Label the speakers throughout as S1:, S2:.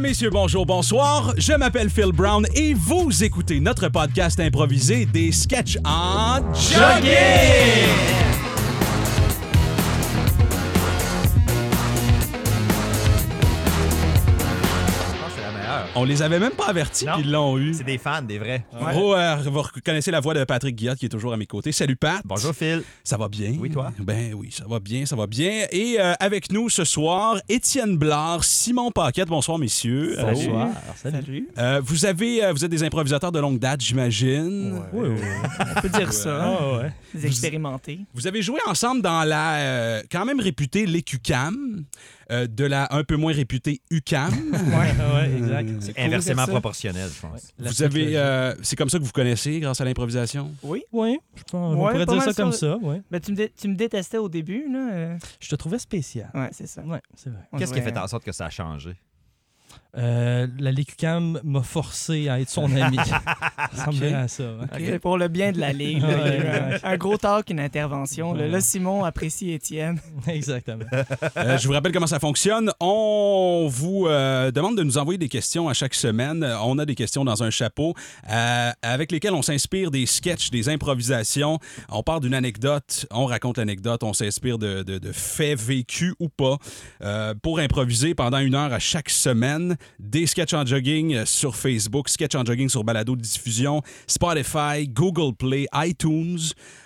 S1: messieurs, bonjour, bonsoir. Je m'appelle Phil Brown et vous écoutez notre podcast improvisé des sketchs en jogging.
S2: Je pense que c'est la meilleure.
S1: On les avait même pas avertis
S2: Non.
S1: qu'ils l'ont eu.
S2: C'est des fans, des vrais.
S1: En gros, euh, vous reconnaissez la voix de Patrick Guillotte qui est toujours à mes côtés. Salut Pat.
S2: Bonjour Phil.
S1: Ça va bien?
S2: Oui, toi?
S1: Ben oui, ça va bien, ça va bien. Et euh, avec nous ce soir, Étienne Blard, Simon Paquette. Bonsoir, messieurs.
S2: Bonsoir. Salut.
S1: Euh, vous, avez, euh, vous êtes des improvisateurs de longue date, j'imagine.
S3: Oui, oui. On peut dire ça. Des expérimentés.
S1: Vous avez joué ensemble dans la euh, quand même réputée l'EQCAM, euh, de la un peu moins réputée UCAM.
S3: Ouais, ouais, exact. C'est
S2: Inversement
S3: cool, ça.
S2: proportionnel, je pense.
S1: vous avez, euh, c'est comme ça que vous connaissez grâce à l'improvisation.
S3: Oui.
S4: Oui, je pense,
S3: Ouais,
S4: on pourrait
S3: pas
S4: dire
S3: mal
S4: ça comme
S3: ça.
S4: ça. Ouais.
S3: Mais tu me, dé- tu me détestais au début, là. euh.
S4: Je te trouvais spécial.
S3: Ouais, c'est ça.
S4: Ouais, c'est vrai.
S3: On
S2: Qu'est-ce qui a
S3: devrait-
S2: fait en sorte que ça a changé?
S4: Euh, la LécuCam m'a forcé à être son ami. ça ressemblait à ça. ouais.
S3: Ok, Pour le bien de la ligue. là,
S4: Ouais,
S3: il y a eu
S4: ouais.
S3: un, un gros talk, une intervention. Là,
S4: Ouais.
S3: Là, Simon apprécie Étienne.
S4: Exactement.
S1: Euh, je vous rappelle comment ça fonctionne. On vous euh, demande de nous envoyer des questions à chaque semaine. Euh, On a des questions dans un chapeau euh, avec lesquelles on s'inspire des sketchs, des improvisations. On part d'une anecdote, on raconte l'anecdote, on s'inspire de, de- de faits vécus ou pas euh, pour improviser pendant une heure à chaque semaine. Des sketchs en jogging euh, sur Facebook, sketch en jogging sur Balado Diffusion, Spotify, Google Play, iTunes.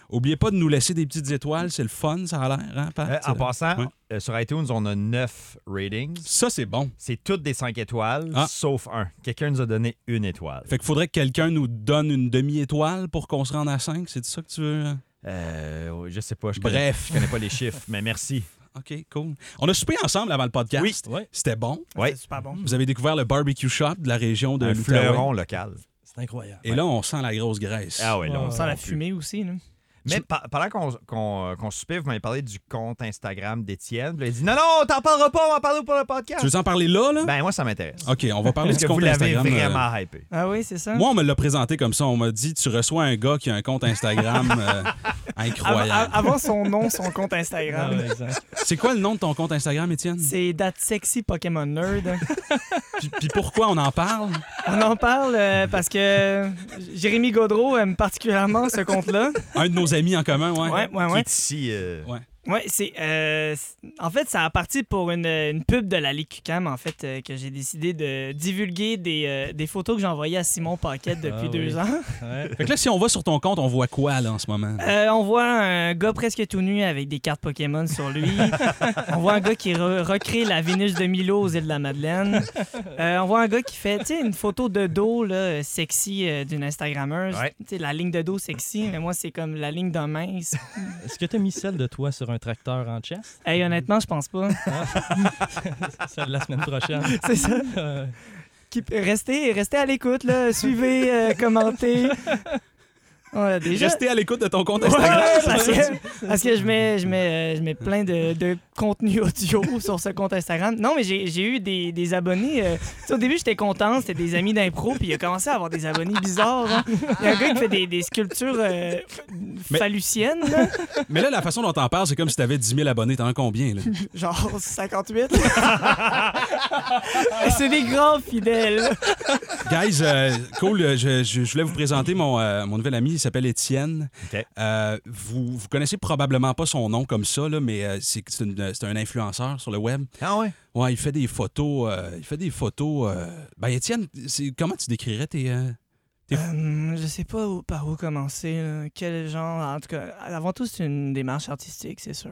S1: Oubliez pas de nous laisser des petites étoiles, c'est le fun, ça a l'air, hein, Pat?
S2: Euh, en passant,
S1: ouais.
S2: euh, sur iTunes, on a 9 ratings.
S1: Ça, c'est bon.
S2: C'est toutes des 5 étoiles,
S1: Ah.
S2: sauf un. Quelqu'un nous a donné une étoile.
S1: Fait qu'il faudrait que quelqu'un nous donne une demi-étoile pour qu'on se rende à 5. C'est ça que tu veux? hein?
S2: Euh, je sais pas, je connais,
S1: Bref.
S2: je connais pas les chiffres, mais merci.
S1: OK, cool. On a soupé ensemble avant le podcast.
S2: Oui.
S4: Ouais,
S1: C'était bon.
S3: Ça,
S2: Ouais.
S3: C'est super bon.
S1: Vous avez découvert le barbecue shop de la région de
S2: un
S1: l'Outaouais.
S2: fleuron local.
S4: c'est incroyable.
S1: Et là, on sent la grosse graisse.
S2: Ah ouais, là,
S4: Ouais,
S2: on
S3: On
S4: ouais.
S3: sent la
S2: on pue.
S3: fumée aussi, là.
S2: Mais pa- pendant qu'on qu'on euh, qu'on soupait, vous m'avez parlé du compte Instagram d'Étienne. Puis là, Il dit Non, non, on t'en parlera pas, on va parler pour le podcast.
S1: Tu veux en parler là, là?
S2: Ben, moi, ça m'intéresse.
S1: OK, on va parler
S2: Parce
S1: du
S2: que vous
S1: compte
S2: l'avez
S1: Instagram. euh,
S2: vraiment hypé.
S3: Ah oui, c'est ça?
S1: Moi, on me l'a présenté comme ça. On m'a dit, tu reçois un gars qui a un compte Instagram euh,
S2: Ah,
S3: Avant,
S1: incroyable.
S3: av- avant son nom, son compte Instagram.
S4: Ah ouais, exact.
S1: C'est quoi le nom de ton compte Instagram, Étienne?
S3: C'est That Sexy Pokémon Nerd.
S1: Puis, puis pourquoi on en parle?
S3: On en parle euh, parce que Jérémy Gaudreau aime particulièrement ce compte-là.
S1: Un de nos amis en commun, ouais.
S3: Ouais, ouais,
S2: Qui
S3: ouais.
S2: est ici. euh,
S1: Ouais.
S3: Ouais, c'est. euh, c'est- en fait, ça a parti pour une, euh, une pub de la Ligue QCAM, en fait, euh, que j'ai décidé de divulguer des, euh, des photos que j'envoyais à Simon Paquette depuis
S4: Ah
S3: deux
S4: oui.
S3: ans.
S4: Ouais.
S1: Fait que là, si on va sur ton compte, on voit quoi, là, en ce moment?
S3: Euh, on voit un gars presque tout nu avec des cartes Pokémon sur lui. on voit un gars qui re- recrée la Vénus de Milo aux îles de la Madeleine. Euh, on voit un gars qui fait, tu sais, une photo de dos là, euh, sexy euh, d'une Instagrammeuse.
S2: Ouais.
S3: Tu sais, la ligne de dos sexy, mais moi, c'est comme la ligne de mince.
S4: Est-ce que tu as mis celle de toi sur un tracteur en chest
S3: Hey, honnêtement, je pense pas.
S4: Celle de la semaine prochaine.
S3: C'est ça.
S4: Euh,
S3: Qui- Restez, restez à l'écoute, là. Suivez, euh, commentez. On a déjà...
S1: Restez à l'écoute de ton compte
S3: Ouais,
S1: Instagram.
S3: parce, que, parce que je mets, je mets, euh, je mets plein de, de contenu audio sur ce compte Instagram. Non, mais j'ai j'ai eu des, des abonnés. euh, tu sais, au début, j'étais content, c'était des amis d'impro, puis il a commencé à avoir des abonnés bizarres. genre. Il y a un gars qui fait des, des sculptures euh,
S1: Mais-
S3: phalluciennes, là.
S1: Mais là, la façon dont t'en parles, c'est comme si t'avais 10 000 abonnés. T'en as combien, là?
S3: genre 58. C'est des grands fidèles.
S1: Guys, euh, cool. euh, Je, je- je voulais vous présenter mon, euh, mon nouvel ami. Il s'appelle Étienne.
S2: OK.
S1: Euh, vous, vous connaissez probablement pas son nom comme ça, là, mais euh, c'est c'est une- c'est un influenceur sur le web.
S2: Ah ouais?
S1: Ouais, il fait des photos. euh, il fait des photos. euh, Ben, Étienne, c'est- comment tu décrirais tes. euh,
S3: Euh, je sais pas où- par où commencer. là. Quel genre. En tout cas, avant tout, c'est une démarche artistique, c'est sûr.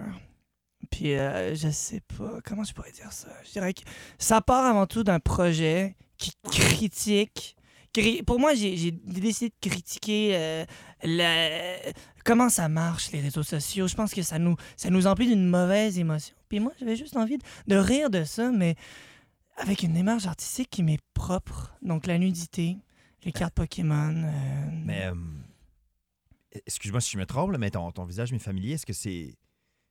S3: Puis, euh, je sais pas. Comment je pourrais dire ça? Je dirais que ça part avant tout d'un projet qui critique. cri- Pour moi, j'ai j'ai décidé de critiquer euh, la- comment ça marche, les réseaux sociaux. Je pense que ça nous, ça nous emplit d'une mauvaise émotion. Puis moi, j'avais juste envie de, de rire de ça, mais avec une démarche artistique qui m'est propre. Donc, la nudité, les cartes Pokémon. euh,
S2: Mais. euh, Excuse-moi si je me trompe, là, mais ton, ton visage m'est familier. Est-ce que c'est.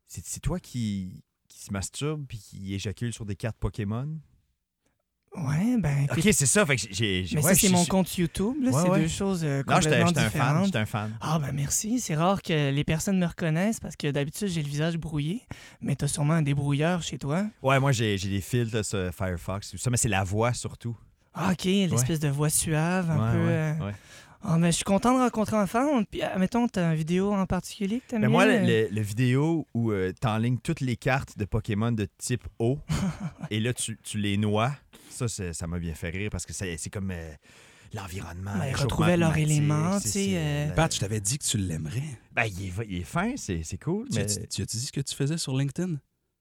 S2: C'est c'est toi qui, qui se masturbe puis qui éjacule sur des cartes Pokémon?
S3: Ouais, ben. écoute,
S2: euh, Ok, c'est ça. Fait que j'ai. j'ai-
S3: mais
S2: ouais,
S3: ça,
S2: j'ai-
S3: c'est mon
S2: j'ai-
S3: compte YouTube, là.
S2: Ouais,
S3: c'est
S2: ouais.
S3: deux choses euh,
S2: Non, j'étais
S3: complètement
S2: j'étais un fan.
S3: différentes.
S2: J'étais un fan.
S3: Ah, ben merci. C'est rare que les personnes me reconnaissent parce que d'habitude, j'ai le visage brouillé. Mais t'as sûrement un débrouilleur chez toi.
S2: Ouais, moi, j'ai j'ai des filtres sur Firefox, tout ça, mais c'est la voix surtout.
S3: Ah, ok, l'espèce de voix suave, un
S2: Ouais,
S3: peu.
S2: ouais,
S3: euh,
S2: ouais.
S3: Ah, mais je suis content de rencontrer un fan. Puis, euh, mettons, t'as une vidéo en particulier que t'aimes
S2: Mais Ben, moi,
S3: bien,
S2: le,
S3: euh?
S2: le- le vidéo où euh, t'enlignes toutes les cartes de Pokémon de type eau et là, tu, tu les noies, ça, c'est- ça m'a bien fait rire parce que c'est c'est comme euh, l'environnement.
S3: Ben, ils
S2: le réchauffement
S3: retrouvaient leur
S2: climatique,
S3: élément,
S2: c'est-
S3: tu sais,
S2: c'est,
S3: euh,
S2: la-
S1: Pat, je t'avais dit que tu l'aimerais.
S2: Ben, il, est, il est fin, c'est c'est cool,
S1: Tu
S2: mais...
S1: as-tu tu as-tu dit ce que tu faisais sur LinkedIn?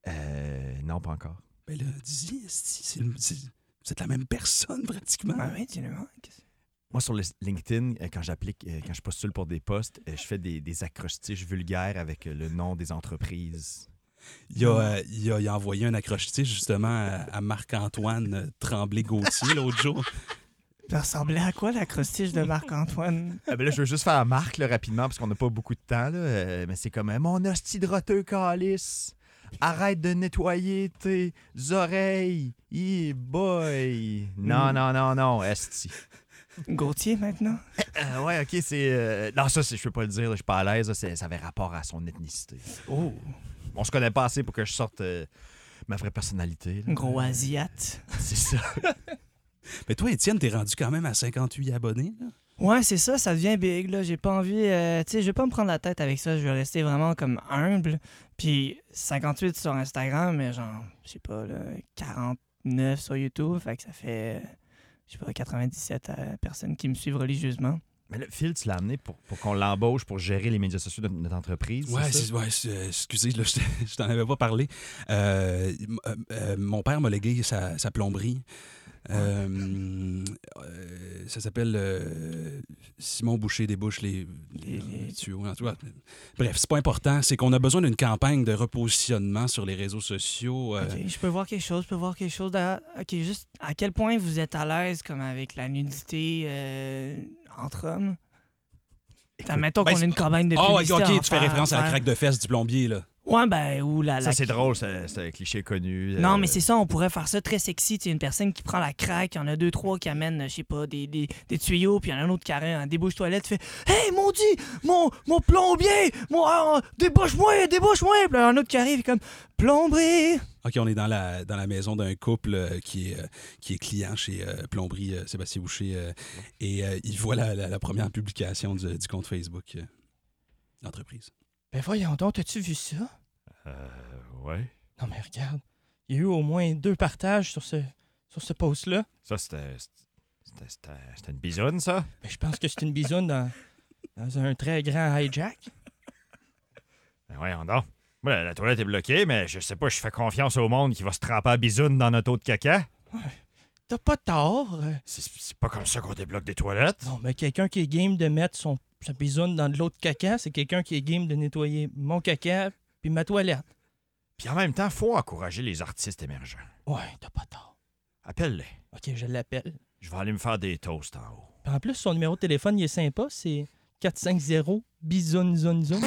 S2: Euh, non, pas encore.
S1: Ben là, dis-y, esti, c'est le- c'est- vous êtes la même personne pratiquement.
S3: Ben oui, dis-le-moi. Qu'est-ce-
S2: Moi, sur le- LinkedIn, euh, quand j'applique, euh, quand je postule pour des postes, euh, je fais des, des acrostiches vulgaires avec euh, le nom des entreprises.
S1: Il a, euh, il a- il a envoyé un accrochetiche justement à, à Marc-Antoine euh, Tremblay-Gauthier l'autre jour.
S3: Ça ressemblait à quoi la crostiche de Marc-Antoine?
S2: Ah, ben là, je veux juste faire marque là, rapidement parce qu'on n'a pas beaucoup de temps, là, euh, mais c'est comme euh, Mon hostie de roteux calice, arrête de nettoyer tes oreilles. Hi boy! Non, non, non, non, esti.
S3: Gauthier maintenant?
S2: Euh, ouais, ok, c'est. euh, Non, ça, c'est- je peux pas le dire, là, je suis pas à l'aise, là, c'est- ça avait rapport à son ethnicité.
S3: Oh!
S2: On se connaît pas assez pour que je sorte euh, ma vraie personnalité. là.
S3: Gros Asiate.
S2: C'est ça.
S1: Mais toi, Étienne, t'es rendu quand même à 58 abonnés. là.
S3: Ouais, c'est ça, ça devient big, là. J'ai pas envie. euh, tu sais, je vais pas me prendre la tête avec ça. Je vais rester vraiment comme humble. Puis 58 sur Instagram, mais genre, je sais pas, là, 49 sur YouTube. Fait que ça fait, euh, je sais pas, 97 euh, personnes qui me suivent religieusement.
S2: Mais le Phil, tu l'as amené pour, pour qu'on l'embauche pour gérer les médias sociaux de notre entreprise.
S1: Ouais,
S2: c'est ça?
S1: c'est- ouais, c'est- euh, excusez, là, je, je t'en avais pas parlé. Euh, m- euh, euh, mon père m'a légué sa, sa plomberie. Euh, euh, ça s'appelle euh, Simon Boucher débouche les, les,
S3: Les-
S1: tuyaux. En tout cas, Bref, c'est pas important. C'est qu'on a besoin d'une campagne de repositionnement sur les réseaux sociaux. euh,
S3: Ok, je peux voir quelque chose, je peux voir quelque chose. D'ailleurs, Ok, juste à quel point vous êtes à l'aise comme avec la nudité euh, entre hommes? Attends, mettons
S1: ben,
S3: qu'on a une campagne de
S1: Ah, ouais,
S3: publicité
S1: ok,
S3: à en
S1: tu fais
S3: faire,
S1: référence à la
S3: faire.
S1: craque de fesses du plombier, là.
S3: Ouais, ben, ou la...
S2: Ça,
S3: la-
S2: c'est drôle, c'est c'est un cliché connu.
S3: Non,
S2: euh,
S3: mais c'est ça, on pourrait faire ça très sexy. Tu sais, une personne qui prend la craque, il y en a deux, trois qui amènent, je sais pas, des, des, des tuyaux, puis il y en a un autre qui arrive en débouche toilette, fait Hey, mon Dieu, mon, mon plombier, mon, ah, débouche-moi, débouche-moi. Puis là, il y en a un autre qui arrive, comme Plomberie.
S1: OK, on est dans la, dans la maison d'un couple euh, qui, est, euh, qui est client chez euh, Plomberie euh, Sébastien Boucher euh, et euh, il voit la, la- la première publication du, du compte Facebook euh, d'entreprise.
S4: Ben voyons donc, t'as-tu vu ça?
S2: euh, ouais.
S4: Non, mais regarde, il y a eu au moins deux partages sur ce, sur ce post-là.
S2: Ça, c'était. c'était- C'était c'était une bisoune, ça.
S4: Ben, je pense que c'est une bisoune dans, dans un très grand hijack.
S2: Ben voyons donc. Moi, la, la toilette est bloquée, mais je sais pas, je fais confiance au monde qui va se tremper à bisoune dans notre eau de caca.
S4: T'as pas tort. euh.
S2: C'est- C'est pas comme ça qu'on débloque des toilettes.
S4: Bon, ben quelqu'un qui est game de mettre son, sa bisoune dans de l'eau de caca, c'est quelqu'un qui est game de nettoyer mon caca puis ma toilette.
S2: Puis en même temps, faut encourager les artistes émergents.
S4: Ouais, t'as pas tort.
S2: Appelle-les.
S4: OK, je l'appelle.
S2: Je vais aller me faire des toasts en haut.
S4: Puis en plus, son numéro de téléphone, il est sympa, c'est 450 bisoune zone zone.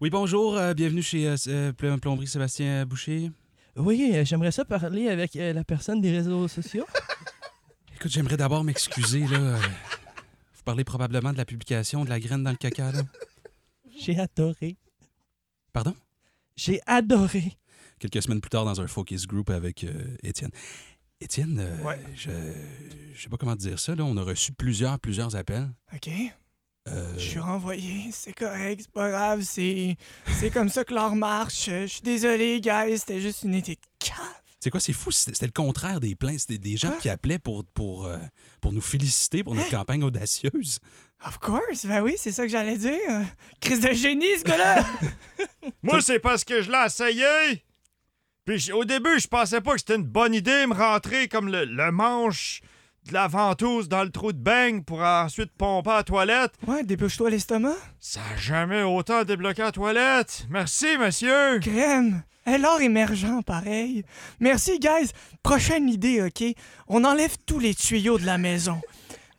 S1: Oui, bonjour, euh, bienvenue chez euh, euh, Plom- Plomberie Sébastien Boucher.
S4: Oui, euh, j'aimerais ça parler avec euh, la personne des réseaux sociaux.
S1: Écoute, j'aimerais d'abord m'excuser. là. euh, Vous parlez probablement de la publication de la graine dans le caca. là.
S4: J'ai adoré.
S1: Pardon?
S4: J'ai adoré.
S1: Quelques semaines plus tard, dans un focus group avec euh, Étienne. Étienne, euh,
S3: Ouais.
S1: je je sais pas comment te dire ça. Là. On a reçu plusieurs, plusieurs appels.
S3: OK,
S1: Euh,
S3: je suis renvoyé, c'est correct, c'est pas grave, c'est, c'est comme ça que l'or marche. Je suis désolé, guys, c'était juste une été
S1: C'est quoi, c'est fou, c'était c'était le contraire des plaintes. C'était des gens
S3: Quoi? Hein?
S1: qui appelaient pour, pour, euh, pour nous féliciter pour notre campagne audacieuse.
S3: Of course, ben oui, c'est ça que j'allais dire. Crise de génie, ce gars-là!
S2: Moi, c'est parce que je l'ai essayé. Puis j- au début, je pensais pas que c'était une bonne idée me rentrer comme le, le manche de la ventouse dans le trou de beigne pour ensuite pomper à la toilette.
S3: ouais, dépêche-toi l'estomac.
S2: Ça a jamais autant débloqué la toilette. Merci, monsieur.
S3: Crème! Hé, l'or émergent, pareil. Merci, guys. Prochaine idée, OK? On enlève tous les tuyaux de la maison.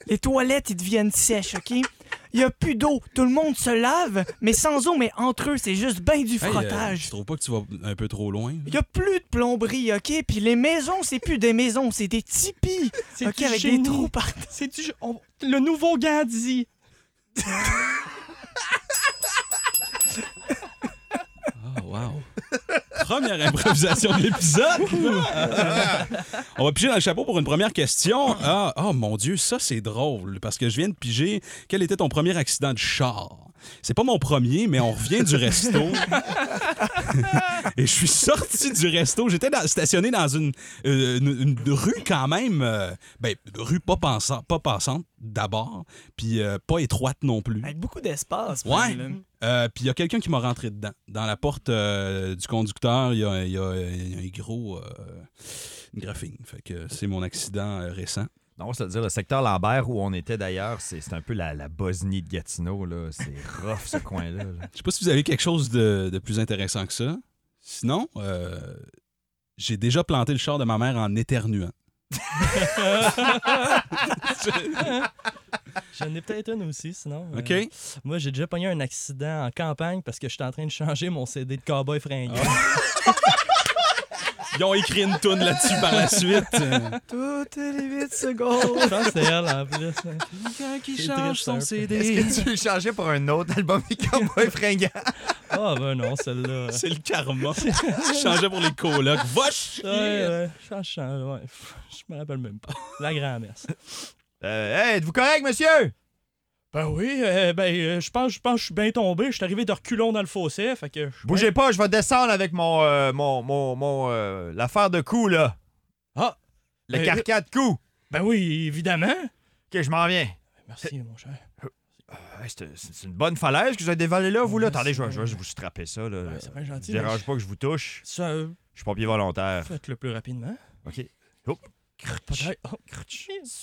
S3: Les toilettes, ils deviennent sèches, OK? Il y a plus d'eau. Tout le monde se lave, mais sans eau, mais entre eux, c'est juste ben du
S1: Hey, euh,
S3: frottage.
S1: tu trouves pas que tu vas un peu trop loin?
S3: Il y a plus de plomberie, OK? Puis les maisons, c'est plus des maisons, c'est des tipis,
S4: C'est
S3: OK?
S4: du
S3: Avec
S4: génie.
S3: des trous partout.
S4: C'est du... on- Le nouveau Gandhi.
S1: Oh, wow. Première improvisation de l'épisode. On va piger dans le chapeau pour une première question. Ah, oh mon Dieu, ça c'est drôle parce que je viens de piger. Quel était ton premier accident de char? C'est pas mon premier, mais on revient du resto. Et je suis sorti du resto. J'étais dans- stationné dans une, euh, une- une rue quand même. euh, ben, rue pas pensante, pas passante d'abord, puis euh, pas étroite non plus.
S3: Avec beaucoup d'espace. pour
S1: Ouais.
S3: lui, là.
S1: Euh, Puis il y a quelqu'un qui m'a rentré dedans. Dans la porte euh, du conducteur, il y a, il y a- il y a un gros. euh, une graphine. Fait que c'est mon accident euh, récent.
S2: Non, on va se le dire, le secteur Lambert où on était d'ailleurs, c'est c'est un peu la, la Bosnie de Gatineau. là. C'est rough ce coin-là. là.
S1: Je sais pas si vous avez quelque chose de, de plus intéressant que ça. Sinon, euh, j'ai déjà planté le char de ma mère en éternuant.
S4: J'en ai peut-être une aussi, sinon. euh,
S1: OK?
S4: moi, j'ai déjà pogné un accident en campagne parce que j'étais en train de changer mon CD de cowboy fringant.
S1: Ils ont écrit une toune là-dessus par la suite. Euh,
S3: Toutes les 8
S1: Oh!
S3: secondes.
S4: Je pense que c'est elle en plus. hein.
S1: Quelqu'un qui
S4: C'est
S1: change
S4: triste, un
S1: son
S4: peu.
S1: CD.
S2: Est-ce que tu le changeais pour un autre album des Cowboys fringants?
S4: Ah, ben non, celle-là.
S1: C'est le karma. Je changeais pour les colocs. Va chier!
S4: Ouais, ouais, je change, ouais. Je me rappelle même pas. La grand-mère. ça.
S2: Euh, hey, êtes-vous correct, monsieur?
S4: Ben oui, euh, ben euh, je pense, je pense que je suis bien tombé. Je suis arrivé de reculons dans le fossé, fait que. je suis
S2: Bougez pas, je vais descendre avec mon. euh, mon. mon. mon. euh, l'affaire de cou, là.
S4: bien- Ah,
S2: Le
S4: Euh,
S2: carcan de cou.
S4: ben oui, évidemment.
S2: Ok, je m'en viens.
S4: Merci, mon cher.
S2: Euh, Ouais, c'est- c'est c'est une bonne falaise que vous avez dévalée là, vous, là.
S4: Ouais,
S2: Attendez, je vais,
S4: c'est-
S2: je vais vous strapper ça, là.
S4: Ouais, c'est bien
S2: je
S4: gentil. mais
S2: Ben, dérange pas que je vous touche.
S4: Ça, euh,
S2: Je suis pompier volontaire.
S4: faites-le plus rapidement.
S2: OK.
S4: Peut-être. Oh,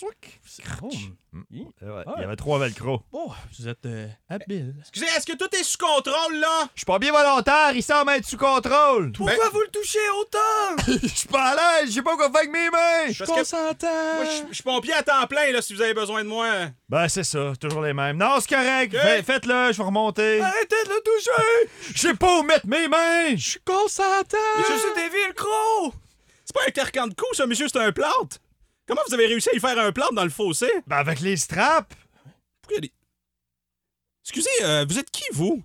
S4: oh,
S2: Mm.
S4: hi.
S2: Euh, ouais,
S4: Ah.
S2: Il y avait trois velcro.
S4: Oh, vous êtes euh, habile.
S1: Excusez, est-ce que tout est sous contrôle, là?
S2: Je suis pompier volontaire, il semble être sous contrôle.
S3: Pourquoi
S4: Ben-
S3: vous le touchez autant?
S2: Je suis pas à l'aise, je sais pas quoi faire avec mes mains.
S1: Parce que-
S4: consentant.
S1: Moi, je je suis pompier à temps plein, là, si vous avez besoin de moi.
S2: Ben, c'est ça, toujours les mêmes. Non, c'est correct.
S1: Ok.
S2: Fait- Faites-le, je vais remonter.
S3: Arrêtez de le toucher!
S2: Je sais pas où mettre mes mains.
S4: suis consentant.
S3: Je suis des vilcros!
S1: C'est pas un carcan de cou, ça, monsieur, c'est un plante. Comment vous avez réussi à y faire un plante dans le fossé?
S2: Ben, avec les straps.
S1: Pourquoi il y a des- Excusez, euh, vous êtes qui, vous?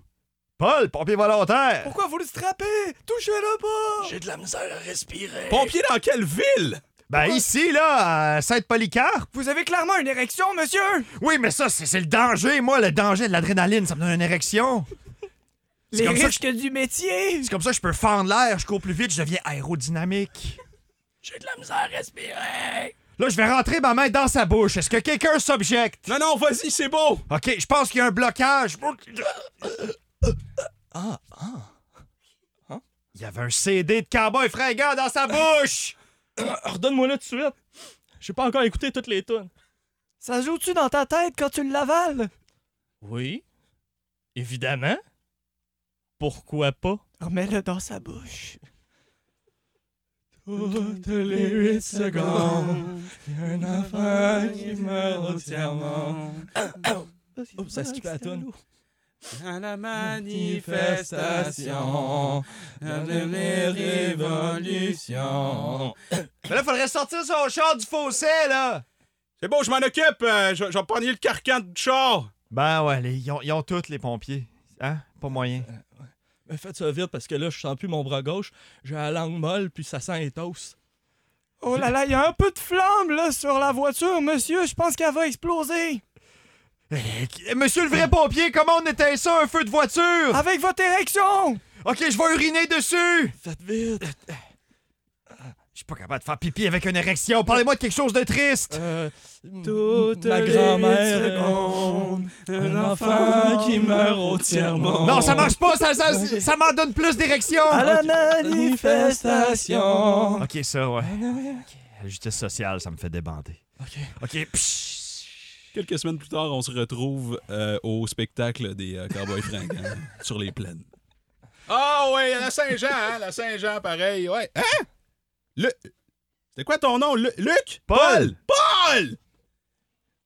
S2: Paul, pompier volontaire.
S3: Pourquoi vous le strappez? Touchez-le pas!
S4: J'ai de la misère à respirer.
S1: Pompier dans quelle ville?
S2: Ben, ici, là, à Sainte-Polycarpe.
S3: Vous avez clairement une érection, monsieur!
S2: Oui, mais ça, c'est c'est le danger, moi, le danger de l'adrénaline. Ça me donne une érection. C'est
S3: Les
S2: comme ça que
S3: risques du métier!
S2: C'est comme ça que je peux fendre l'air, je cours plus vite, je deviens aérodynamique.
S4: J'ai de la misère à respirer.
S2: Là, je vais rentrer ma main dans sa bouche. Est-ce que quelqu'un s'objecte?
S1: Non, non, vas-y, c'est beau!
S2: OK, je pense qu'il y a un blocage.
S4: Ah,
S2: Hein? Il y avait un CD de cowboy fringant dans sa bouche!
S4: Ah, redonne-moi là tout de suite. J'ai pas encore écouté toutes les tunes.
S3: Ça joue-tu dans ta tête quand tu l'avales?
S4: Oui. Évidemment. Pourquoi pas?
S3: Remets-le dans sa bouche.
S4: Toutes les huit secondes, y a un enfant qui meurt au tiers-monde. Oh, ça skip la toune.
S1: À la
S2: Mais là, faudrait sortir son char du fossé, là!
S1: C'est beau, je m'en occupe. euh, je, je vais pogner le carcan du char.
S2: Ben ouais, les- ils, ont, ils ont toutes les pompiers. Hein? Pas moyen.
S4: Mais faites ça vite parce que là, je sens plus mon bras gauche. J'ai la langue molle puis ça sent les toasts.
S3: Oh là là, il y a un peu de flamme là sur la voiture, monsieur. Je pense qu'elle va exploser.
S2: Eh, Monsieur le
S4: Euh.
S2: vrai pompier, comment on éteint ça, un feu de
S4: Ah.
S2: voiture?
S3: Avec votre érection.
S2: OK, je vais uriner dessus! Euh,
S4: Faites vite.
S2: Je suis pas capable de faire pipi avec une érection. Parlez-moi de quelque chose de triste!
S4: Euh,
S3: Toutes
S4: ma
S3: les
S4: grand-mère.
S3: huit secondes,
S4: Un enfant qui meurt au tiers-monde.
S2: Non, ça marche pas, ça, ça, ça m'en donne plus d'érection!
S3: À la manifestation.
S2: Ok, ça, Ah ouais. La justice sociale, ça me fait débander.
S4: Ok.
S2: Ok, psh.
S1: Quelques semaines plus tard, on se retrouve euh, au spectacle des euh, Cowboys Frank sur les plaines. Ah ouais, la Saint-Jean, hein, la Saint-Jean, pareil, ouais. Hein? Le... C'était quoi ton nom? Lu- Luc?
S2: Paul!
S1: Paul!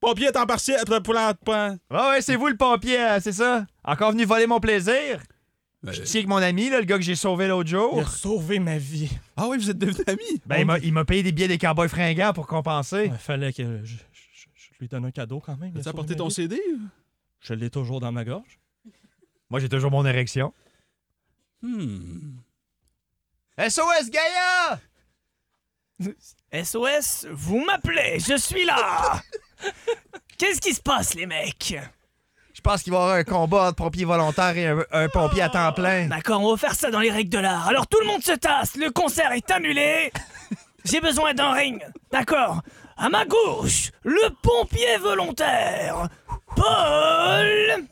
S1: Pompier est en partiel. euh, Pour la... pas-
S2: Ouais, ouais, c'est vous le pompier, euh, c'est ça? Encore venu voler mon plaisir?
S1: Ben,
S2: Je suis avec mon ami, là, le gars que j'ai sauvé l'autre
S4: Il a
S2: jour.
S4: sauvé ma vie.
S1: Ah oui, vous êtes devenus amis.
S2: Ben, il m'a- il m'a payé des billets des cowboys fringants pour compenser.
S4: Il fallait que je, je- je lui donne un cadeau quand même. Il a
S1: As-tu
S4: sauvé
S1: apporté
S4: ma
S1: ton
S4: vie.
S1: CD?
S4: Je l'ai toujours dans ma gorge.
S2: Moi, j'ai toujours mon érection.
S1: Hmm.
S2: SOS Gaïa!
S3: SOS, vous m'appelez, je suis là! Qu'est-ce qui se passe, les mecs?
S2: Je pense qu'il va y avoir un combat entre pompiers volontaires et un, un pompier à temps plein.
S3: D'accord, on va faire ça dans les règles de l'art. Alors tout le monde se tasse, le concert est annulé. J'ai besoin d'un ring. D'accord. À ma gauche, le pompier volontaire, Paul.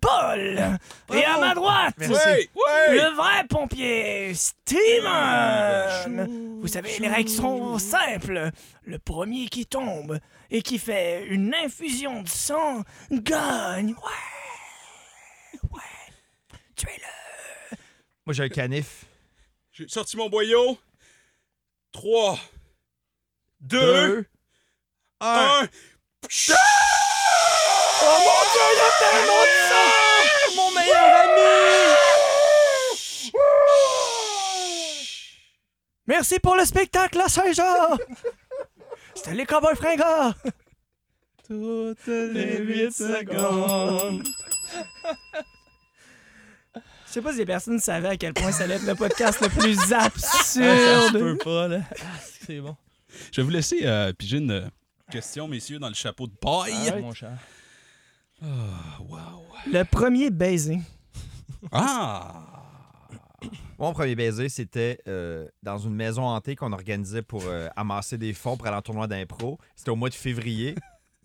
S3: Paul. Et à ma droite,
S1: Ouais, ouais.
S3: le vrai pompier, Steven. Vous savez, les règles sont simples. Le premier qui tombe et qui fait une infusion de sang gagne. Ouais. Ouais. Tuez-le.
S2: Moi, j'ai un canif.
S1: J'ai sorti mon boyau. 3, 2,
S2: Deux.
S1: 1.
S2: Un.
S1: Oh mon dieu, il y a tellement de sang! Mon meilleur ami!
S3: Merci pour le spectacle, la Saint-Jean! C'était les cowboys fringants!
S4: Toutes les 8 secondes.
S3: Je sais pas si les personnes savaient à quel point ça allait être le podcast le plus
S4: Ah, ça se
S3: absurde.
S4: peut pas, là. Ah, c'est bon.
S1: Je vais vous laisser euh, piger une euh, question, messieurs, dans le chapeau de paille.
S4: Ah, mon cher.
S1: Ah, wow.
S3: Le premier baiser.
S1: Ah!
S2: Mon premier baiser, c'était euh, dans une maison hantée qu'on organisait pour euh, amasser des fonds pour aller en tournoi d'impro. C'était au mois de février.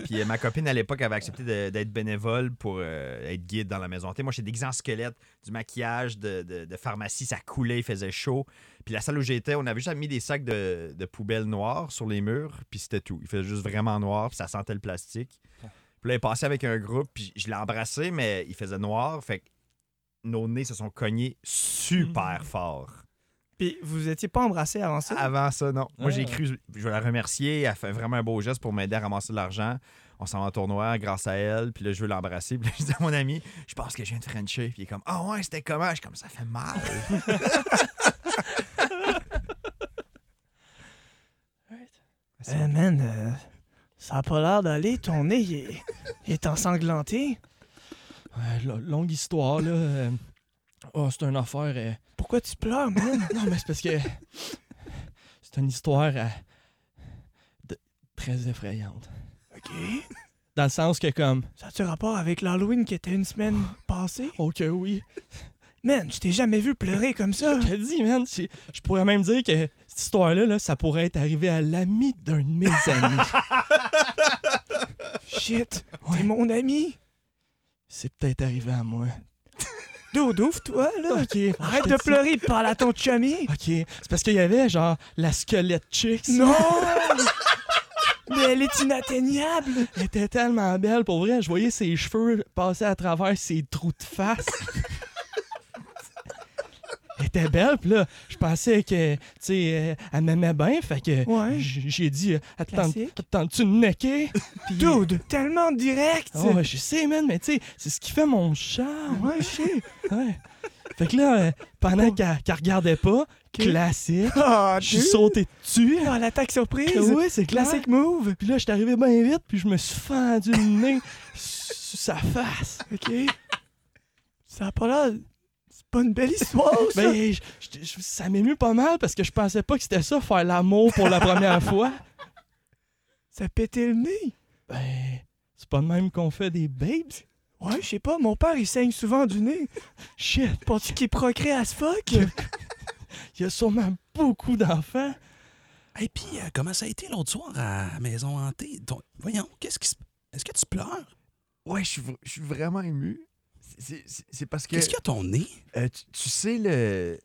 S2: Puis euh, ma copine à l'époque avait accepté de- d'être bénévole pour euh, être guide dans la maison hantée. Moi, j'étais déguisé en squelette, du maquillage, de, de- de pharmacie, ça coulait, il faisait chaud. Puis la salle où j'étais, on avait juste mis des sacs de, de poubelle noires sur les murs, puis c'était tout. Il faisait juste vraiment noir, puis ça sentait le plastique. Puis là, il est passé avec un groupe, puis je l'ai embrassé, mais il faisait noir, fait que nos nez se sont cognés super fort.
S3: Puis vous étiez pas embrassé avant ça.
S2: Avant ça, non. Moi,
S4: Ah.
S2: j'ai cru, je vais la remercier. Elle fait vraiment un beau geste pour m'aider à ramasser de l'argent. On s'en va en tournoi grâce à elle. Puis là, je veux l'embrasser. Puis là, je dis à mon ami, je pense que je viens de Frencher. Puis il est comme, ah ouais, c'était comment? Je suis comme, ça fait mal.
S3: Eh man, euh, ça a pas l'air d'aller, ton nez il est, il est ensanglanté.
S4: Ouais, lo- longue histoire, là. euh, Oh, c'est une affaire. euh,
S3: Pourquoi tu pleures, man?
S4: Non, mais c'est parce que c'est une histoire euh, de- très effrayante.
S3: Ok.
S4: Dans le sens que comme,
S3: Ça a-tu rapport avec l'Halloween qui était une semaine passée?
S4: oh que oui,
S3: Man, je t'ai jamais vu pleurer comme ça.
S4: je te dis, man, c'est- je pourrais même dire que cette histoire-là, là, ça pourrait être arrivé à l'ami d'un de mes amis.
S3: Shit, t'es mon ami.
S4: c'est peut-être arrivé à moi.
S3: D'où d'ouf, toi, là.
S4: Ok,
S3: Arrête de
S4: je te dis-
S3: pleurer et parle à ton chummy.
S4: Ok, c'est parce qu'il y avait genre la squelette chicks.
S3: Non! Mais elle est inatteignable!
S4: Elle était tellement belle, pour vrai. Je voyais ses cheveux passer à travers ses trous de face. Elle était belle, puis là, je pensais que, tu sais, euh, elle m'aimait bien, fait que
S3: Ouais.
S4: j- j'ai dit, euh, attends,
S3: Classique.
S4: attends-tu de necker?
S3: Dude, tellement direct!
S4: Oh, ouais, je sais, man, mais tu sais, c'est ce qui fait mon charme.
S3: Ouais, je sais.
S4: Ouais. Fait que là, euh, pendant qu'elle qu'elle regardait pas, classique,
S3: Oh,
S4: je suis sauté dessus. Ah
S3: Oh, l'attaque surprise!
S4: Oui, c'est
S3: Classic
S4: classique.
S3: move!
S4: Puis là, je suis arrivé bien vite, puis je me suis fendu le nez sur sa face.
S3: Ok. Ça a pas l'air. C'est pas une belle histoire, ça!
S4: Ben, je- je- je- ça m'émue pas mal parce que je pensais pas que c'était ça, faire l'amour pour la première fois.
S3: Ça a pété le nez!
S4: Ben, c'est pas de même qu'on fait des babes.
S3: Ouais, je sais pas, mon père il saigne souvent du nez. Shit! Penses-tu qu'il procrée à ce fuck?
S4: Il y a sûrement beaucoup d'enfants.
S1: Et puis, euh, comment ça a été l'autre soir à Maison Hantée? Ton- Voyons, qu'est-ce qui se... Est-ce que tu pleures?
S2: ouais, je suis, vr- je suis vraiment ému. C'est- c'est- C'est c'est parce que,
S1: Qu'est-ce qu'il y a ton nez?
S2: euh, tu, tu sais, le,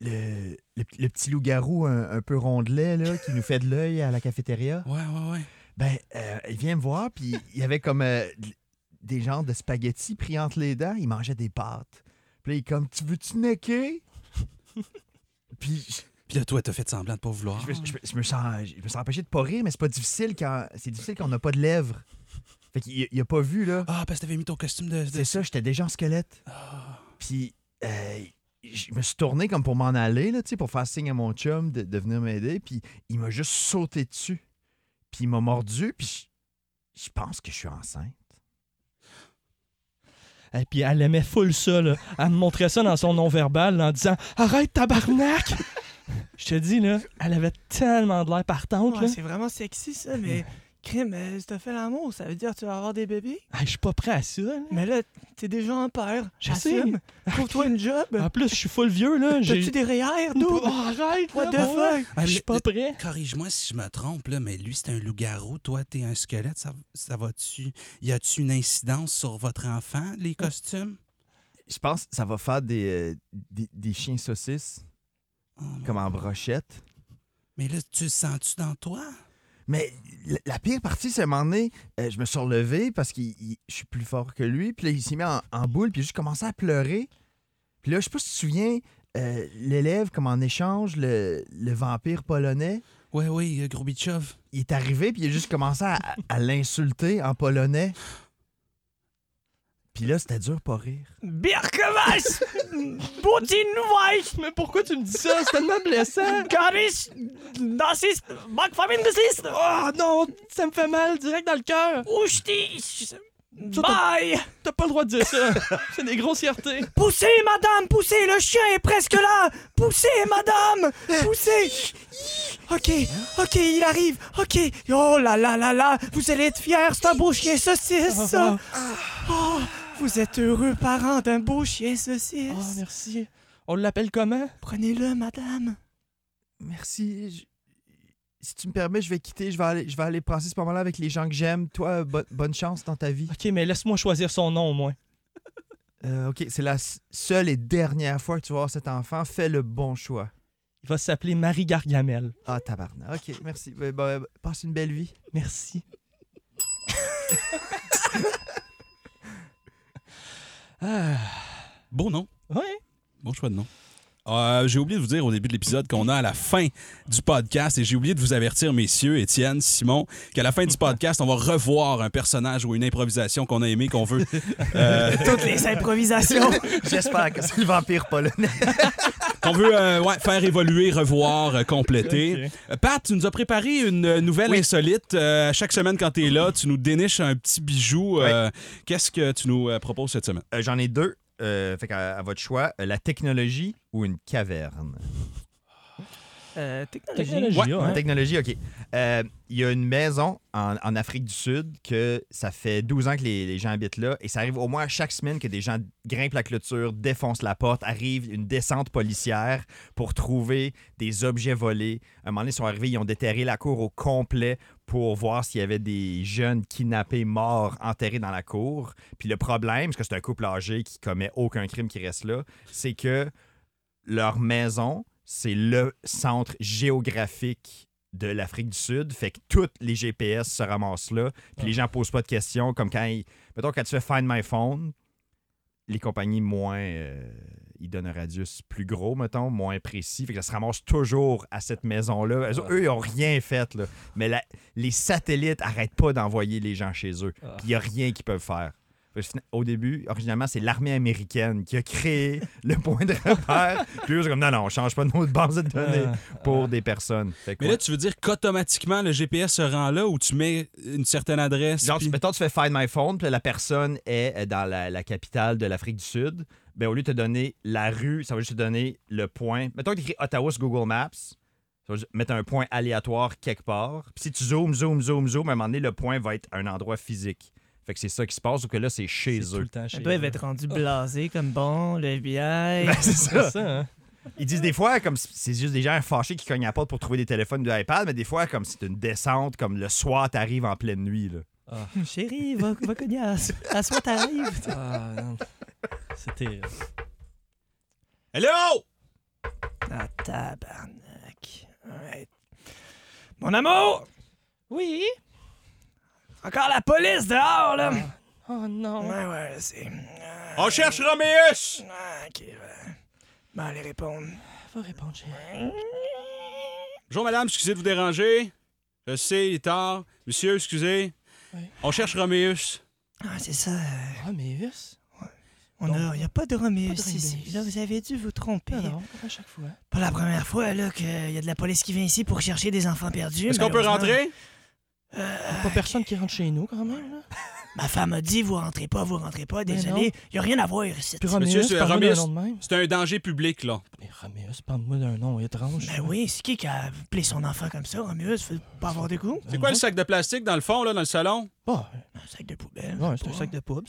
S2: le, le, le petit loup-garou un, un peu rondelet là, qui nous fait de l'œil à la cafétéria.
S1: Ouais, ouais, ouais.
S2: Ben, euh, il vient me voir, puis il y avait comme euh, des genres de spaghettis pris entre les dents. Il mangeait des pâtes. Puis là, il est comme, tu veux-tu necker? puis
S1: Puis là, toi, t'as fait semblant de pas vouloir.
S2: Je, me- je me- je me sens, je me sens empêché de pas rire, mais c'est pas difficile quand c'est difficile quand on n'a pas de lèvres. Fait qu'il il a pas vu là.
S1: Ah, parce que t'avais mis ton costume de. de-
S2: Ah, C'est ça, j'étais déjà en squelette.
S1: Ah.
S2: Puis euh, je me suis tourné comme pour m'en aller là, tu sais, pour faire signe à mon chum de, de venir m'aider. Puis il m'a juste sauté dessus. Puis il m'a mordu. Puis je, je pense que je suis enceinte.
S4: Et puis elle aimait full ça, là. Elle me montrait ça dans son non-verbal là, en disant Arrête, tabarnak Je te dis, là, elle avait tellement de l'air partante,
S3: Ouais,
S4: là.
S3: c'est vraiment sexy, ça, mais. Crime, euh, si t'as fait l'amour, ça veut dire que tu vas avoir des bébés?
S4: Ah, Je suis pas prêt à ça, là.
S3: Mais là, t'es déjà un père.
S4: Je
S3: Assume. Trouve-toi une job.
S4: En plus, je suis full vieux, là. J'ai...
S3: T'as-tu des REER,
S4: Oh,
S3: d'où?
S4: arrête,
S3: What
S4: là,
S3: the
S4: bon, là.
S3: fuck?
S1: Ah,
S4: Je suis
S1: le-
S4: pas
S1: le-
S4: prêt.
S1: Corrige-moi si je me trompe, là, mais lui, c'est un loup-garou. Toi, t'es un squelette. Ça, ça va-tu. Y a-tu une incidence sur votre enfant, les costumes?
S2: Je pense que ça va faire des, euh, des, des chiens saucisses
S1: Oh, mon-
S2: comme en brochette.
S1: Mais là, tu le sens-tu dans toi?
S2: Mais la, la pire partie, c'est à un moment donné, euh, je me suis relevé parce que je suis plus fort que lui. Puis là, il s'est mis en, en boule, puis j'ai commencé à pleurer. Puis là, je sais pas si tu te souviens, euh, l'élève, comme en échange, le, le vampire polonais,
S1: Ouais, oui, Grobichov.
S2: il est arrivé, puis il a juste commencé à, à- à l'insulter en polonais. Puis là, c'était dur pas rire.
S3: Birkemas! Boutinweich!
S4: Mais pourquoi tu me dis ça? C'est tellement blessant.
S3: Garis! Nazis! Backfamilgesist!
S4: Ah non, ça me fait mal direct dans le cœur.
S3: Oustis! Bye!
S4: T'as pas le droit de dire ça. C'est des grossièretés.
S3: Poussez, madame, poussez, le chien est presque là! Poussez, madame! Poussez! Ok, ok, il arrive, ok! Oh là là là là! Vous allez être fiers, c'est un beau chien
S4: Ah,
S3: saucisse! ça. Oh, vous êtes heureux parents d'un beau chien
S4: Oh,
S3: saucisse!
S4: merci. On l'appelle comment?
S3: Prenez-le, madame!
S2: Merci. je- Si tu me permets, je vais quitter. Je vais aller, je vais aller passer ce moment-là avec les gens que j'aime. Toi, bo- bonne chance dans ta vie.
S4: Ok, mais laisse-moi choisir son nom au moins.
S2: Euh, ok, c'est la s- seule et dernière fois que tu vas voir cet enfant. Fais le bon choix.
S4: Il va s'appeler Marie Gargamel.
S2: Ah, tabarnak. Ok, merci. Ben, ben, ben, passe une belle vie.
S4: Merci. ah,
S1: Beau nom.
S4: ouais.
S1: Bon choix de nom. Euh, j'ai oublié de vous dire au début de l'épisode qu'on a à la fin du podcast, et j'ai oublié de vous avertir, messieurs, Étienne, Simon, qu'à la fin du podcast, on va revoir un personnage ou une improvisation qu'on a aimé, qu'on veut. euh,
S3: Toutes les improvisations!
S2: J'espère que c'est le vampire polonais.
S1: qu'on veut euh, ouais, faire évoluer, revoir, euh, compléter.
S4: Ok.
S1: Euh, Pat, tu nous as préparé une euh, nouvelle insolite. Euh, chaque semaine, quand tu es là, tu nous déniches un petit bijou. Euh, Qu'est-ce que tu nous euh, proposes cette semaine?
S2: J'en ai deux. Euh, fait qu'à à votre choix, euh, la technologie ou une caverne.
S3: Euh, technologie.
S4: Technologie,
S1: Ouais,
S4: ouais.
S2: La technologie, OK. Euh, Il y a une maison en, en Afrique du Sud que ça fait 12 ans que les, les gens habitent là et ça arrive au moins à chaque semaine que des gens grimpent la clôture, défoncent la porte, arrive une descente policière pour trouver des objets volés. À un moment donné, ils sont arrivés, ils ont déterré la cour au complet pour voir s'il y avait des jeunes kidnappés, morts, enterrés dans la cour. Puis le problème, parce que c'est un couple âgé qui commet aucun crime qui reste là, c'est que leur maison, c'est le centre géographique de l'Afrique du Sud. Fait que toutes les GPS se ramassent là. Puis les gens posent pas de questions. Comme quand, ils- mettons, quand tu fais Find My Phone, les compagnies moins. euh, ils donnent un radius plus gros, mettons, moins précis. Fait que ça se ramasse toujours à cette maison-là. Eux, eux, ils ont rien fait, là. Mais la- les satellites arrêtent pas d'envoyer les gens chez eux.
S4: Ah.
S2: Puis il n'y a rien qu'ils peuvent faire. Fait que fina- Au début, originalement, c'est l'armée américaine qui a créé le point de repère. Puis eux, c'est comme, non, non, on change pas de notre base de données
S4: Ah,
S2: pour des personnes. Fait que,
S1: Mais
S2: ouais.
S1: là, tu veux dire qu'automatiquement, le GPS se rend là où tu mets une certaine adresse.
S2: Genre,
S1: puis-
S2: tu- mettons, tu fais Find My Phone, puis là, la personne est euh, dans la, la capitale de l'Afrique du Sud. Ben, au lieu de te donner la rue, ça va juste te donner le point. Mettons que tu écris Ottawa sur Google Maps, ça va juste mettre un point aléatoire quelque part. Puis si tu zoomes, zoomes, zoomes, zoomes, à un moment donné, le point va être un endroit physique. Fait que c'est ça qui se passe, ou que là, c'est chez
S4: C'est tout
S2: eux.
S4: le temps chez
S3: Ils doivent
S4: eux.
S3: être rendus blasés comme bon, le FBI.
S2: Ben, c'est
S4: C'est
S2: ça.
S4: ça, hein?
S2: Ils disent des fois, comme si- c'est juste des gens fâchés qui cognent à la porte pour trouver des téléphones de iPad, mais des fois, comme c'est une descente, comme le SWAT arrive en pleine nuit. Là.
S3: Chérie, va, va cognasse. À soi, t'arrives.
S4: Ah, non. C'est terrible.
S1: Hello!
S3: Ah, tabarnak. Alright. Mon amour!
S4: Oui?
S3: Encore la police dehors, là!
S4: Oh non.
S3: Ouais, ouais, c'est.
S1: On cherche Roméus!
S3: Ah, ok, ouais. Bon, allez répondre.
S4: Va répondre, chérie.
S1: Bonjour, madame, excusez de vous déranger. Je sais, il est tard. Monsieur, excusez.
S4: Ouais.
S1: On cherche Roméus.
S3: Ah, c'est ça. euh,
S4: Ah, mais us?
S3: On
S4: Non.
S3: a, y a pas de Roméus
S4: Pas de
S3: ici.
S4: Roméus.
S3: Là, vous avez dû vous tromper.
S4: Non, non, comme à chaque fois.
S3: Pas la première fois là qu'il y a de la police qui vient ici pour chercher des enfants perdus.
S1: Est-ce qu'on peut
S3: malheureusement.
S1: rentrer?
S4: Y a pas personne qui rentre chez nous, quand même, là.
S3: Ma femme a dit vous rentrez pas, vous rentrez pas. Désolé, y a rien à voir ici.
S4: Puis
S1: Monsieur,
S4: Roméus,
S1: c'est
S4: parle-moi d'un
S1: Roméus.
S4: nom de même.
S1: C'est un danger public, là.
S4: Mais Roméus, parle-moi d'un nom étrange.
S3: Ben oui, c'est qui qui a appelé son enfant comme ça, Roméus? Faut pas avoir de goût.
S1: C'est quoi
S4: Mhm.
S1: le sac de plastique dans le fond, là, dans le salon?
S4: Bon,
S3: Un sac de poubelle.
S4: ouais, c'est Euh, un sac de poubs.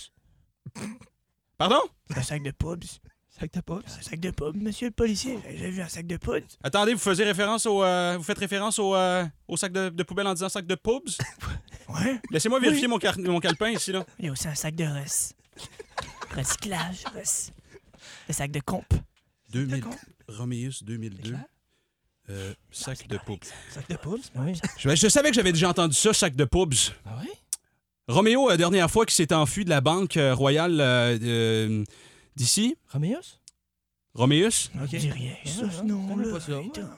S1: Pardon?
S3: Un sac de pubs.
S4: Sac de poubs.
S3: Un sac de pubs. Monsieur le policier, j'ai vu un sac de poubs.
S1: Attendez, vous faisiez référence au. euh, vous faites référence au, euh, au sac de, de poubelle en disant sac de poubs?
S3: Ouais.
S1: Laissez-moi vérifier mon, car- mon calepin ici, là.
S3: Il y a aussi un sac de res. Recyclage, res. Le sac de comp.
S1: 2000. Roméus 2002.
S4: clair?
S1: Euh, sac de poubs.
S4: Sac de poubs, Ah oui.
S1: Je, je savais que j'avais déjà entendu ça, sac de poubs.
S4: Ah oui?
S1: Roméo, la dernière fois qu'il s'est enfui de la banque euh, royale euh, euh, d'ici,
S4: Roméus?
S1: Roméus,
S3: Je dis rien. Ça,
S4: Ouais,
S3: ce
S4: ouais,
S3: nom-là,
S4: connais pas ça,
S3: il est
S4: ouais.
S3: en-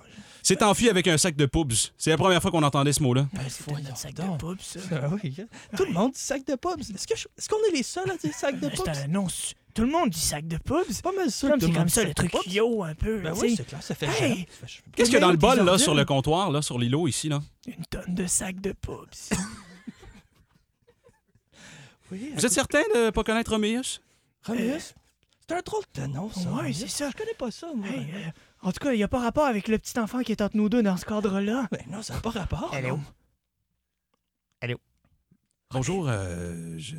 S1: s'est enfui avec un sac de poubs. C'est la première fois qu'on entendait ce mot-là.
S4: Ben,
S3: C'était notre sac de
S4: donc.
S3: pubs, ça.
S4: Ah oui, Tout le monde dit sac de poubs. Est-ce que je- est-ce qu'on est, les seuls à dire sac de
S3: C'est
S4: poubs?
S3: un nom. su- Tout le monde dit sac de pubs.
S4: C'est pas mal sûr.
S3: Comme
S4: que
S3: C'est
S4: tout le monde
S3: comme
S4: dit
S3: ça,
S4: sac
S3: le
S4: de
S3: truc
S4: poubs.
S3: yo un peu.
S4: Ben
S3: tu
S4: oui,
S3: sais.
S4: c'est clair, ça fait
S3: Hey!
S4: genre, ça fait genre.
S1: Qu'est-ce qu'il y a dans le
S3: Des
S1: bol, là,
S3: ordures.
S1: sur le comptoir, là, sur l'îlot, ici, là?
S3: Une tonne de sacs de pubs.
S4: Oui,
S1: Vous êtes certain de pas connaître Roméus?
S4: Roméus? C'est un drôle de nom, ça.
S3: Ouais,
S4: Roméus.
S3: c'est ça.
S4: Je connais pas ça, moi.
S3: Hey, euh, en tout cas, il n'y a pas rapport avec le petit enfant qui est entre nous deux dans ce cadre-là.
S4: Ben non, ça n'a pas rapport.
S3: Allô?
S1: Bonjour, euh, je...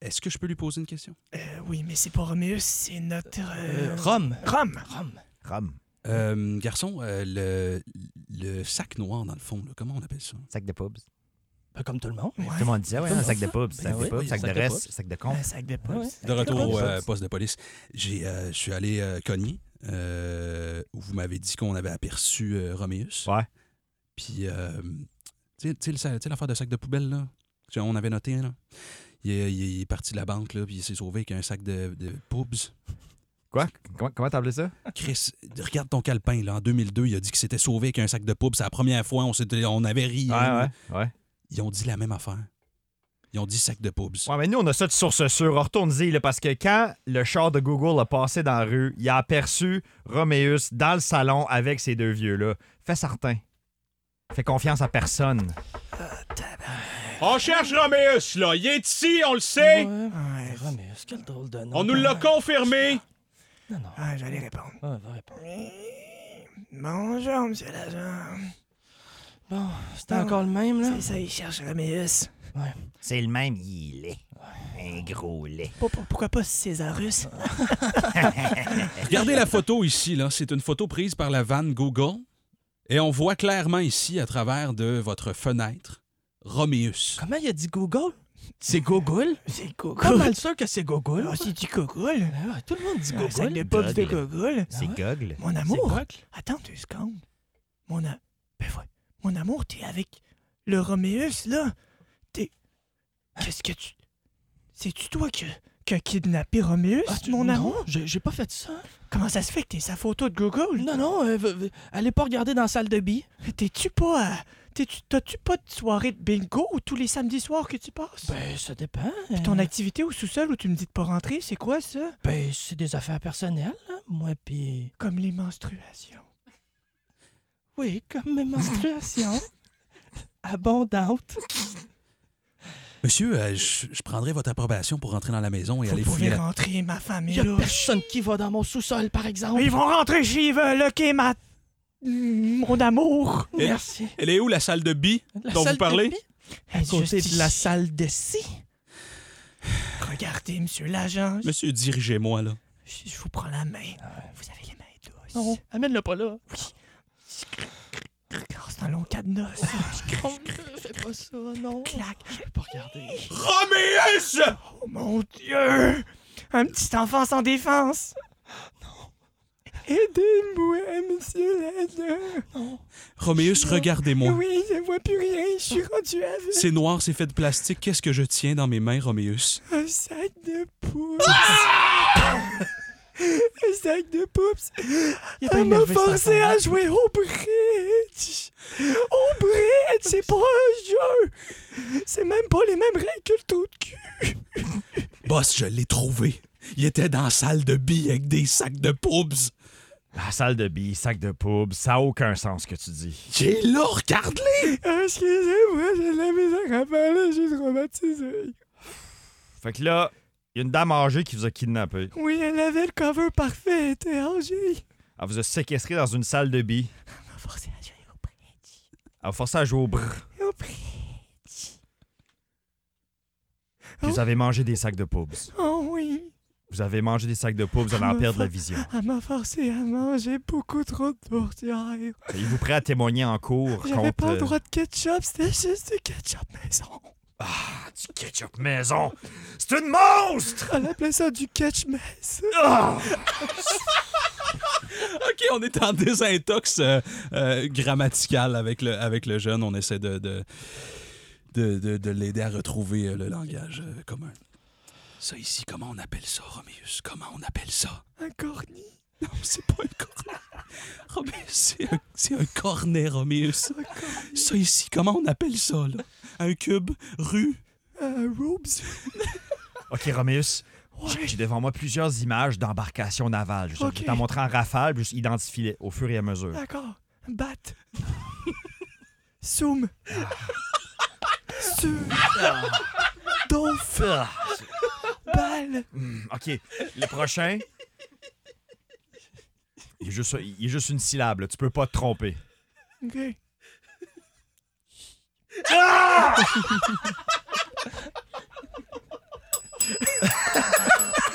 S1: est-ce que je peux lui poser une question?
S3: Euh, oui, mais c'est pas Roméus, c'est notre... euh,
S4: Euh, Rome.
S3: Rome.
S4: Rome.
S2: Rome,
S1: Euh, garçon, euh, le, le sac noir, dans le fond, là, comment on appelle ça?
S2: sac de pubs.
S4: Ben, comme tout le monde.
S2: Tout le monde disait, ouais,
S4: Tout le
S2: un
S4: monde
S2: sac de
S4: dit
S2: pubs,
S4: ça.
S2: sac
S4: Ben
S2: de
S4: oui,
S2: pubs, sac de
S4: sac de
S2: res,
S4: pubs.
S2: sac de
S3: Un
S2: con.
S3: sac de
S4: Ah
S3: pubs.
S4: ouais.
S1: De
S4: Comment
S1: retour au
S4: ça?
S1: euh, poste de police, j'ai, euh, je suis allé euh, cogner. euh, où vous m'avez dit qu'on avait aperçu euh, Roméus.
S2: Ouais.
S1: Puis, euh, tu sais- tu sais le sa- tu sais l'affaire de sac de poubelle, là? Tu sais, On avait noté, là. Il est, il est- il est parti de la banque, là, puis il s'est sauvé avec un sac de, de poubs.
S2: Quoi? Comment comment t'appelais ça?
S1: Chris, regarde ton calepin, là. En 2002, il a dit qu'il s'était sauvé avec un sac de poubs. C'est la première fois, on, s'était- on avait ri. hein.
S2: ouais, ouais.
S1: Ils ont dit la même affaire. Ils ont dit sac de poubs.
S2: Ouais, mais nous, on a ça de source sûre. On Retourne-y, là, parce que quand le char de Google a passé dans la rue, il a aperçu Roméus dans le salon avec ces deux vieux-là. Fais certain. Fais confiance à personne.
S1: On cherche Roméus, là. Il est ici, on le
S4: Ouais.
S1: sait.
S4: Ouais. Roméus, quel drôle de nom.
S1: confirmé.
S4: Non, non.
S3: Ah, j'allais répondre.
S4: Ouais, va répondre.
S3: Bonjour, monsieur l'agent.
S4: Bon, c'était
S3: Ah.
S4: encore le même, là.
S3: C'est ça, il cherche Roméus.
S2: C'est le même, il est. Un gros lait.
S3: Pour- pour- Pourquoi pas Césarus?
S1: Regardez la photo ici, là. C'est une photo prise par la vanne Google. Et on voit clairement ici, à travers de votre fenêtre, Roméus.
S4: Comment il a dit Google? C'est Google?
S3: C'est
S4: Pas
S3: Cocoul.
S4: mal sûr que c'est Google.
S3: Ah, c'est du Cocoul.
S4: Ah ouais, tout le monde dit
S3: Un sac de
S4: Google.
S3: pubs de
S2: Google.
S3: Cocoul.
S2: C'est
S4: ouais?
S2: gogle.
S3: Mon
S4: C'est
S3: amour.
S4: Google.
S3: Attends deux secondes. Mon, a... ben ouais. Mon amour, t'es avec le Roméus, là. T'es. Qu'est-ce que tu. C'est-tu toi qui qui a kidnappé Roméus,
S4: Ah, tu-
S3: mon
S4: non,
S3: amour?
S4: j'ai j'ai pas fait ça.
S3: Comment ça se fait que t'es sa photo de Google?
S4: Non, non, euh, v- v- allez pas regarder dans la salle de billes.
S3: T'es-tu pas à. T'es-tu... T'as-tu pas de soirée de bingo tous les samedis soirs que tu passes?
S4: Ben, ça dépend. Euh,
S3: Puis ton activité au sous-sol où tu me dis de pas rentrer, c'est quoi ça?
S4: Ben, c'est des affaires personnelles, hein, moi, pis...
S3: Comme les menstruations.
S4: Oui, comme mes menstruations. Abondantes.
S1: Monsieur, euh, je je prendrai votre approbation pour rentrer dans la maison et
S3: Vous
S1: aller
S3: pouvez
S1: fouiller la...
S3: rentrer, ma famille.
S4: Y a personne qui va dans mon sous-sol, par exemple.
S3: Ils vont rentrer chez ils veulent, ok, ma. Mon amour.
S4: Merci.
S1: Elle est où, la salle de billes?
S4: La
S1: Dont vous
S4: salle de
S1: parlez?
S4: billes,
S3: Hey,
S4: À côté
S3: juste
S4: de la
S3: ici.
S4: salle de scie.
S3: Regardez, monsieur l'agent. Je,
S1: Monsieur, dirigez-moi, là.
S3: je vous prends la main. Vous avez les mains douces.
S4: Non, amène-le pas là.
S3: Oh, c'est un long cadenas. ça.
S4: Oh, Fais pas ça, non.
S3: Clac.
S4: Je peux pas regarder.
S1: Roméus!
S3: Oh mon Dieu! Un petit enfant sans défense. Non. Aidez-moi, monsieur l'agent.
S1: Roméus, regardez-moi.
S3: Oui, je vois plus rien. Je suis rendu aveugle.
S1: C'est noir, c'est fait de plastique. Qu'est-ce que je tiens dans mes mains, Roméus?
S3: Un sac de poudre. Un sac de poups.
S4: Ah Il a pas
S3: Elle m'a
S4: énervé, cet
S3: forcé
S4: enfant-là.
S3: à jouer au bridge. Au bridge, c'est pas un jeu. C'est même pas les mêmes règles que le trou de cul.
S1: Boss, je l'ai trouvé. Il était dans la salle de billes avec des sacs de poubs.
S2: La salle de billes, sac de poubs, ça a aucun sens ce que tu dis.
S1: J'ai là, regarde-les!
S3: Excusez-moi, j'ai de la misère à parler, j'ai traumatisé.
S2: Fait que là, il y a une dame âgée qui vous a kidnappé.
S3: Oui, elle avait le cover parfait, elle était âgée.
S2: Elle vous a séquestré dans une salle de billes.
S3: Elle m'a forcé à jouer au bridge.
S2: Elle vous a forcé à jouer au brr.
S3: Au bridge.
S2: Puis Vous avez mangé des sacs de poubs.
S3: Oh oui,
S2: Vous avez mangé des sacs de poubs, vous allez
S3: Ah,
S2: en perdre la vision.
S3: elle m'a forcé à manger beaucoup trop de tourtières.
S2: Soyez-vous prêt à témoigner en cours
S3: J'avais
S2: contre
S3: pas le
S2: euh,
S3: droit de ketchup, c'était juste du ketchup maison.
S2: euh, du ketchup maison? C'est une monstre!
S3: Elle appelait ça du ketchup maison.
S2: Ah!
S1: OK, on est en désintox euh, euh, grammatical avec le, avec le jeune. On essaie de, de, de, de- de l'aider à retrouver euh, le langage euh, commun. Ça ici, comment on appelle ça, Roméus? Comment on appelle ça?
S3: Un corny.
S1: Non, c'est pas un cornet. Roméus, c'est un, c'est un cornet, Roméus. Ça ici, comment on appelle ça, là? Un cube, rue,
S3: Un Rubes.
S2: Ok, Roméus, j'ai-
S3: Ouais.
S2: j'ai devant moi plusieurs images d'embarcations navales. Je vais
S3: Ok.
S2: t'en montrer en rafale, puis je identifie-les au fur et à mesure.
S3: D'accord. Bat. Soum. Su. Donf.
S2: Ah,
S3: Balle.
S2: hmm, ok, le prochain. Il est, juste, il est juste une syllabe, là. tu peux pas te tromper.
S3: Ok.
S4: Ah!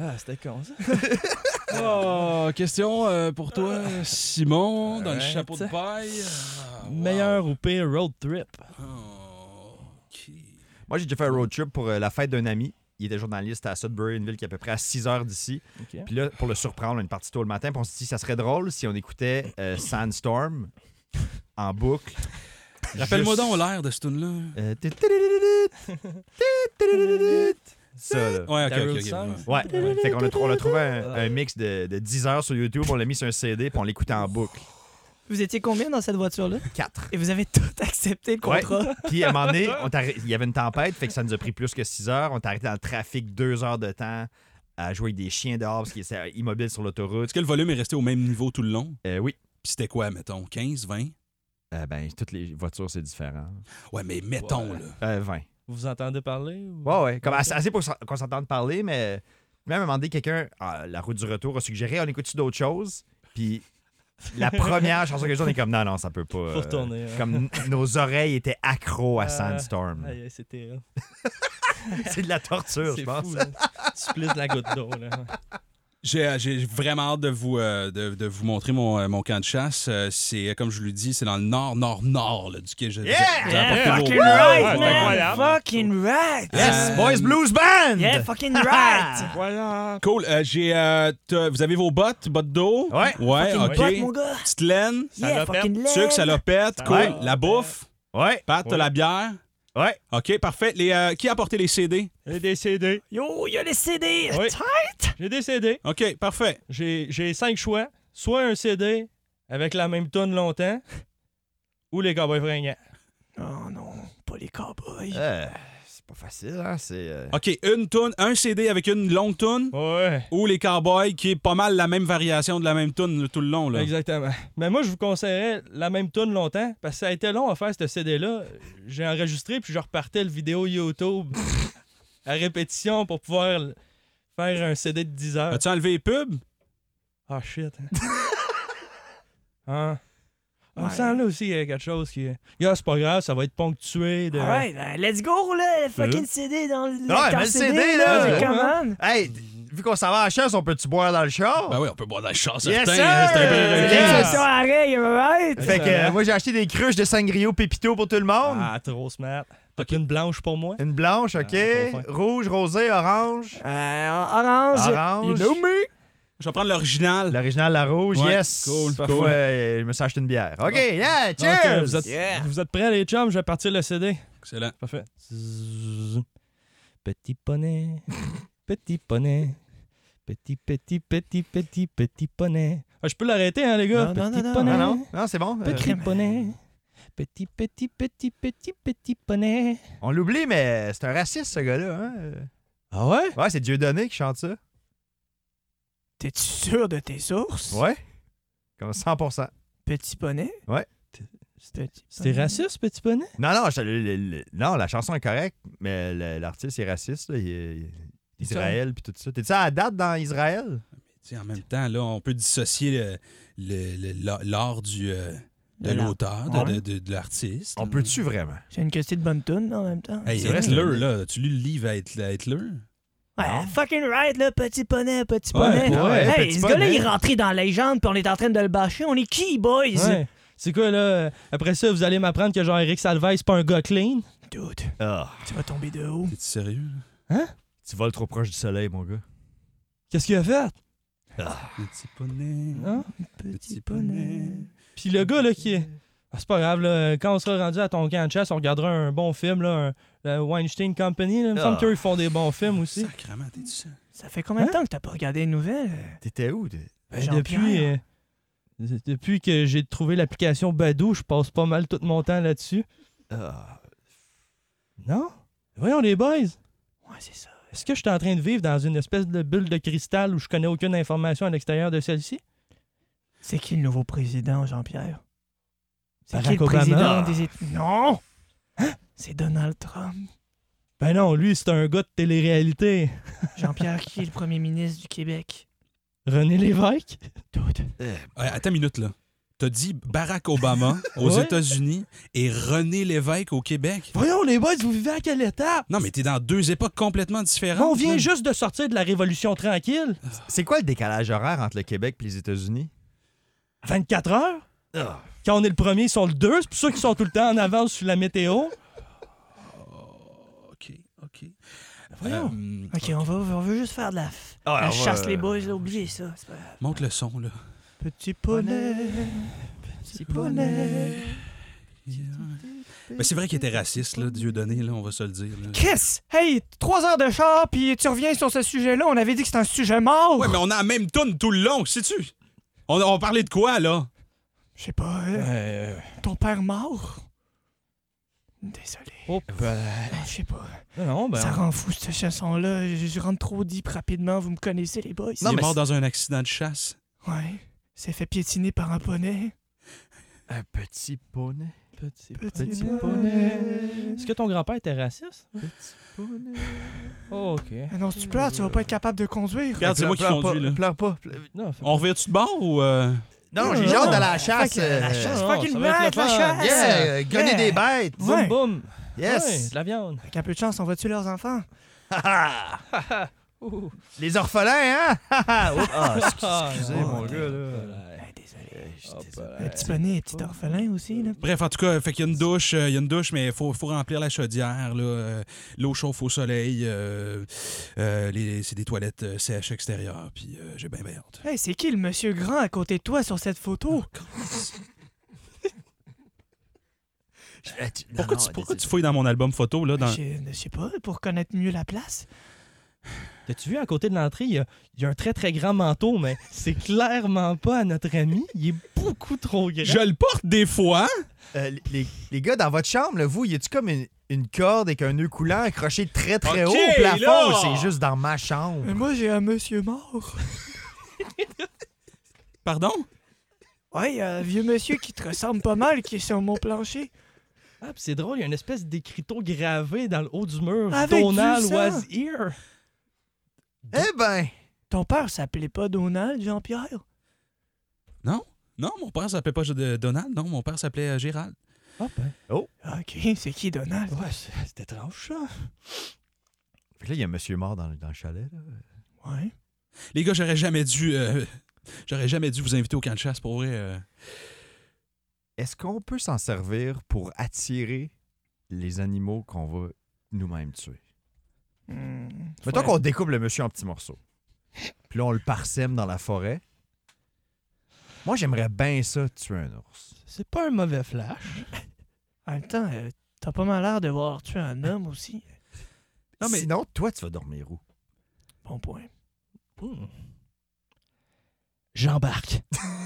S4: Ah, c'était con, ça.
S1: Oh, question euh, pour toi, Simon, dans le
S4: Alright.
S1: chapeau de paille. Ah, wow.
S4: Meilleur ou pire road trip?
S1: Oh, ok.
S2: Moi, j'ai déjà fait un road trip pour euh, la fête d'un ami. Il était journaliste à Sudbury, une ville qui est à peu près à 6 heures d'ici.
S4: OK.
S2: Puis là, pour le surprendre, on est parti tôt le matin. Puis on s'est dit, ça serait drôle si on écoutait euh, Sandstorm en boucle.
S1: Rappelle-moi
S2: Juste-
S1: donc l'air de ce tune-là.
S2: Euh, tu- tu- tu- Ça, là.
S1: Ouais,
S4: Daryl
S1: ok, ok,
S4: Sands.
S1: ok.
S2: Ouais,
S4: Ouais.
S2: fait qu'on a, trou- on a trouvé un, un mix de, de 10 heures sur YouTube, on l'a mis sur un CD, puis on l'écoutait en boucle.
S3: Vous étiez combien dans cette voiture-là?
S2: 4.
S3: Et vous avez tout accepté le
S2: Ouais.
S3: contrat.
S2: Puis à un moment donné, on t'arrê- il y avait une tempête, fait que ça nous a pris plus que 6 heures. On t'arrêtait dans le trafic 2 heures de temps à jouer avec des chiens dehors parce qu'ils étaient immobiles sur l'autoroute.
S1: Est-ce que le volume est resté au même niveau tout le long?
S2: Euh, oui.
S1: Puis c'était quoi, mettons, 15, 20?
S2: Euh, ben, toutes les voitures, c'est différent.
S1: Ouais, mais mettons,
S4: Ouais.
S1: là.
S2: Euh, 20.
S4: Vous vous entendez parler? ou-
S2: Ouais, ouais. Comme assez, assez pour s'en- qu'on s'entende parler, mais même à un moment donné, quelqu'un, à la route du retour, a suggéré on écoute-tu d'autres choses? Puis la première chanson que j'ai, on est comme non, non, ça peut pas. euh,
S4: Faut retourner. hein. ouais.
S2: Comme n- nos oreilles étaient accros à
S4: Ah,
S2: Sandstorm.
S4: Aïe, aïe, c'était... euh,
S2: C'est de la torture, je
S4: C'est
S2: pense.
S4: fou, là. Tu plisses la goutte d'eau, là.
S1: J'ai euh, j'ai vraiment hâte de vous, euh, de, de vous montrer mon, euh, mon camp de chasse. Euh, c'est, euh, comme je vous l'ai dit, c'est dans le nord, nord, nord là, du Québec. Je-
S2: Yeah!
S1: je- je-
S3: Yeah,
S1: apportez
S3: fucking
S1: vos-
S3: right,
S1: Ouais,
S4: c'est
S3: man!
S4: incroyable.
S3: Fucking right!
S2: Yes,
S1: Euh,
S2: Boys Blues Band!
S3: Yeah, fucking right!
S4: Voilà.
S1: Cool. Euh, j'ai, euh, t'as- vous avez vos bottes, bottes d'eau?
S2: Ouais.
S1: Ouais,
S3: Fucking
S1: OK.
S3: bot, mon gars!
S1: Petite laine,
S3: Yeah,
S4: Salopette.
S3: fucking left!
S1: sucre, salopette, cool.
S2: Ouais.
S1: La bouffe,
S2: Ouais,
S1: Pat, t'as
S4: Ouais.
S1: la bière.
S2: ouais.
S1: OK, parfait. Les, euh, qui a apporté les CD?
S4: J'ai décédé.
S3: Yo, y'a les CD!
S4: Oui.
S3: Tight!
S4: J'ai décédé.
S1: OK, parfait.
S4: J'ai j'ai cinq choix. Soit un CD avec la même tonne longtemps, ou les Cowboys fringants.
S3: Oh non, pas les cowboys.
S2: Euh, c'est pas facile, hein? C'est. euh,
S1: OK, une toune, un CD avec une longue toune
S4: Ouais,
S1: ou les Cowboys qui est pas mal la même variation de la même toune là, tout le long. Là.
S4: exactement. Mais moi, je vous conseillerais la même tonne longtemps, parce que ça a été long à faire ce CD-là. J'ai enregistré, puis je repartais le vidéo YouTube à répétition pour pouvoir l- faire un CD de 10 heures.
S1: As-tu enlevé les pubs?
S4: Ah, shit. hein? On
S3: Ouais.
S4: sent là aussi il y a quelque chose qui. Gars, c'est pas grave, ça va être ponctué de.
S3: Alright, ben, let's go, là! Le
S4: Euh.
S3: fucking CD dans le.
S2: Ouais,
S3: dans
S2: mets le CD, là.
S3: Come on!
S2: Hey, vu qu'on s'en va à la chasse, on peut-tu boire dans le char?
S1: Ben oui, on peut boire de la chasse,
S2: Yes,
S1: certain,
S2: sir!
S1: hein, c'est un peu
S3: C'est
S1: le
S2: Yeah.
S1: cas.
S3: que ce soit arrêt, alright?
S2: Fait que euh, moi, j'ai acheté des cruches de sangrio pépito pour tout le monde.
S4: Ah, trop smart. T'as qu'une blanche pour moi?
S2: Une blanche, OK.
S4: Ah, trop fin.
S2: Rouge, rosé, orange.
S3: Euh, orange.
S2: Orange.
S3: You know me.
S1: Je vais prendre l'original.
S2: L'original, la rouge,
S1: Ouais,
S2: yes.
S1: cool,
S2: Parfois,
S1: cool.
S2: euh, je me suis acheté une bière. OK, yeah,
S4: Ok,
S2: cheers!
S4: vous, êtes,
S3: Yeah.
S4: vous êtes prêts, les chums? Je vais partir le CD.
S1: Excellent.
S4: Parfait. Zzzz.
S5: Petit
S3: Euh,
S5: poney, petit poney, petit, petit, petit, petit, petit poney. Ah, je peux l'arrêter, hein, les gars?
S3: Non,
S5: petit
S3: non, non, non,
S5: poney,
S2: Non, Ah non, non, c'est bon. euh,
S5: petit
S3: Euh,
S5: poney, petit, petit, petit, petit, petit poney.
S2: Euh, on l'oublie, mais c'est un raciste, ce gars-là. Hein? euh.
S5: Ah ouais?
S2: Ouais, c'est Dieudonné qui chante ça.
S3: T'es-tu sûr de tes sources?
S2: Ouais. Comme 100%.
S3: Petit poney?
S2: Ouais.
S3: C'était
S5: C'était raciste, petit poney?
S2: Non, non, je- le- le- le- non, la chanson est correcte, mais le- l'artiste est raciste. là, il est- il est- Israël, puis tout ça. T'es-tu à la date dans Israël?
S1: Tu sais, en même temps, là, on peut dissocier le- le- le- la- l'art du, euh, de l'auteur, de, de- de- de l'artiste.
S2: On peut-tu vraiment?
S3: J'ai une question de bonne tune en même temps.
S1: Hey,
S2: C'est vrai,
S1: Hitler,
S2: c'est-
S1: là, tu lis le livre à Hitler. Hitler?
S3: Ouais,
S2: Non.
S3: fucking right, là, petit poney, petit
S1: Ouais,
S3: poney.
S2: ouais,
S3: hey,
S2: petit
S3: ce gars-là,
S2: poney.
S3: il est rentré dans la légende, puis on est en train de le bâcher. On est qui, boys?
S5: Ouais. C'est quoi, là? Après ça, vous allez m'apprendre que Jean-Éric Salvaille, c'est pas un gars clean?
S3: Dude,
S2: Ah,
S3: tu vas tomber de haut.
S1: T'es-tu sérieux?
S2: tu voles trop proche du soleil, mon gars.
S5: Qu'est-ce qu'il a fait?
S1: Petit poney.
S5: Hein?
S1: Petit poney.
S5: Puis le gars, là, qui est. Ah, c'est pas grave, là. Quand on sera rendu à ton camp de chasse, on regardera un bon film, là. Un... la Weinstein Company, là. Il me semble
S2: Ah.
S5: qu'eux, ils font des bons films aussi.
S1: Sacrement, t'es-tu ça?
S3: Ça fait combien de
S5: Hein?
S3: temps que t'as pas regardé les nouvelles?
S2: T'étais où? t'es-
S5: Ben,
S3: Jean-Pierre.
S5: depuis, euh, d- depuis que j'ai trouvé l'application Badou, je passe pas mal tout mon temps là-dessus.
S2: Ah.
S5: Non? Voyons, les boys.
S3: Ouais, c'est ça.
S5: Est-ce que je suis en train de vivre dans une espèce de bulle de cristal où je connais aucune information à l'extérieur de celle-ci?
S3: C'est qui le nouveau président, Jean-Pierre? C'est qui
S5: Barack
S3: le président
S5: Obama.
S3: des États... Non! Hein? C'est Donald Trump.
S5: Ben non, lui, c'est un gars de télé-réalité.
S3: Jean-Pierre, qui est le premier ministre du Québec?
S5: René Lévesque?
S3: Dude.
S1: Ouais, attends une minute, là. T'as dit Barack Obama aux
S5: Ouais.
S1: États-Unis et René Lévesque au Québec.
S5: Voyons, les boys, vous vivez à quelle étape?
S1: Non, mais t'es dans deux époques complètement différentes.
S5: On vient
S1: là.
S5: juste de sortir de la Révolution tranquille.
S2: C'est quoi le décalage horaire entre le Québec et les États-Unis?
S5: 24 heures?
S2: Ah.
S5: Quand on est le premier, ils sont le deux. C'est pour ça qu'ils sont tout le temps en avance sur la météo.
S1: OK, OK.
S5: Voyons.
S1: Euh,
S3: OK, on, va, on veut juste faire de la, f-
S2: Ah,
S3: la
S2: on va-
S3: chasse,
S4: euh,
S3: les boys. là, Oubliez ça. C'est pas grave.
S1: monte le son, là.
S3: Petit poney, petit poney.
S1: Ben, c'est vrai qu'il était raciste, là, Dieu donné, là, on va se le dire. là.
S3: Chris, hey, trois heures de char, puis tu reviens sur ce sujet-là. On avait dit que c'était un sujet mort.
S1: Ouais, mais on a la même toune tout le long, sais-tu? On, on parlait de quoi, là?
S3: Je sais pas, hein,
S5: Euh,
S3: ton père mort? Désolé.
S5: oh,
S3: Ah, Je sais pas.
S5: non, ben,
S3: Ça rend fou, cette chanson-là. Je, je rentre trop deep rapidement. Vous me connaissez, les boys.
S1: Il
S2: Non,
S1: est
S2: mais
S1: mort
S2: c'est-
S1: dans un accident de chasse.
S3: Ouais. S'est fait piétiner par un poney.
S2: Un petit poney.
S5: petit,
S3: Petit
S5: petit
S3: poney.
S5: poney. Est-ce que ton grand-père était raciste?
S2: Petit poney.
S5: Oh, OK.
S3: Ah non, si tu pleures, tu vas pas être capable de conduire.
S1: Regarde, c'est moi qui
S2: Pleure pas,
S1: conduis, là.
S2: Pleure pas. pleure-
S5: Non, fait-
S1: On revient-tu de bord ou. euh,
S2: Non,
S5: Non,
S2: j'ai
S5: non,
S2: hâte à
S5: non.
S2: la chasse.
S3: Fait que la
S2: euh,
S3: chasse,
S5: non,
S3: fucking
S5: Ah, ça va
S3: right,
S5: être le
S3: la
S5: fun.
S3: chasse!
S2: Yeah, euh, gunner
S3: Yeah.
S2: des bêtes.
S5: Boum,
S3: Ouais.
S5: boum. Ouais,
S2: Yes.
S5: de la viande.
S3: Avec un peu de chance, on va tuer leurs enfants.
S5: Ouh.
S2: Les orphelins, hein? Ah,
S5: Ah,
S2: excusez,
S5: non,
S2: mon
S5: ouais.
S2: gars, là.
S5: Voilà.
S3: Ben, désolé.
S2: Euh, je suis
S5: Hop,
S2: désolé.
S5: là.
S3: Un petit poney, un petit orphelin aussi, là.
S1: Bref, en tout cas, fait qu'il y a une douche, euh, il y a une douche, mais il faut, faut remplir la chaudière. là, euh, L'eau chauffe au soleil. euh, euh, les- c'est des toilettes euh, sèches extérieures. Puis euh, j'ai bien, bien hâte.
S3: Hey, c'est qui le monsieur grand à côté de toi sur cette photo?
S5: Ah,
S2: Eh, tu- non,
S1: Pourquoi,
S2: non, Ben,
S1: tu, pourquoi tu
S2: désolé.
S1: fouilles dans mon album photo? là dans...
S3: Je, ne sais pas, pour connaître mieux la place.
S5: T'as-tu vu, à côté de l'entrée, il y, a- il y a un très, très grand manteau, mais c'est clairement pas à notre ami. Il est beaucoup trop grand.
S1: Je le porte des fois.
S2: Euh, les- les, les gars, dans votre chambre, là, vous, y a-tu comme une, une corde avec un nœud coulant accroché très très
S1: Ok,
S2: haut au plafond?
S1: là!
S2: ou C'est juste dans ma chambre.
S3: Mais moi, j'ai un monsieur mort.
S1: Pardon?
S3: Ouais, y a un vieux monsieur qui te ressemble pas mal qui est sur mon plancher.
S5: Ah, puis c'est drôle, il y a une espèce d'écriteau gravé dans le haut du mur.
S3: Avec du
S5: Donald
S3: sang.
S5: was here.
S2: Eh ben,
S3: Ton père s'appelait pas Donald, Jean-Pierre?
S1: Non, mon père s'appelait pas de- Donald. Non, mon père s'appelait euh, Gérald.
S5: Ah, ben,
S3: Ok, c'est qui Donald?
S5: ouais, c'est c'est étrange, ça.
S2: Fait que là, il y a un monsieur mort dans, le- dans le chalet. là.
S3: Ouais.
S1: Les gars, j'aurais jamais dû. euh, J'aurais jamais dû vous inviter au camp de chasse pour vrai. euh.
S2: Est-ce qu'on peut s'en servir pour attirer les animaux qu'on va nous-mêmes tuer?
S3: Hmm,
S2: Mettons
S3: ouais.
S2: qu'on découpe le monsieur en petits morceaux. Puis là, on le parsème dans la forêt. Moi, j'aimerais bien ça, tuer un ours.
S5: C'est pas un mauvais flash.
S3: En même temps, euh, t'as pas mal l'air de voir tuer un homme aussi.
S4: Non, mais-
S2: Sinon, toi, tu vas dormir où?
S3: Bon point.
S5: Hmm.
S4: J'embarque.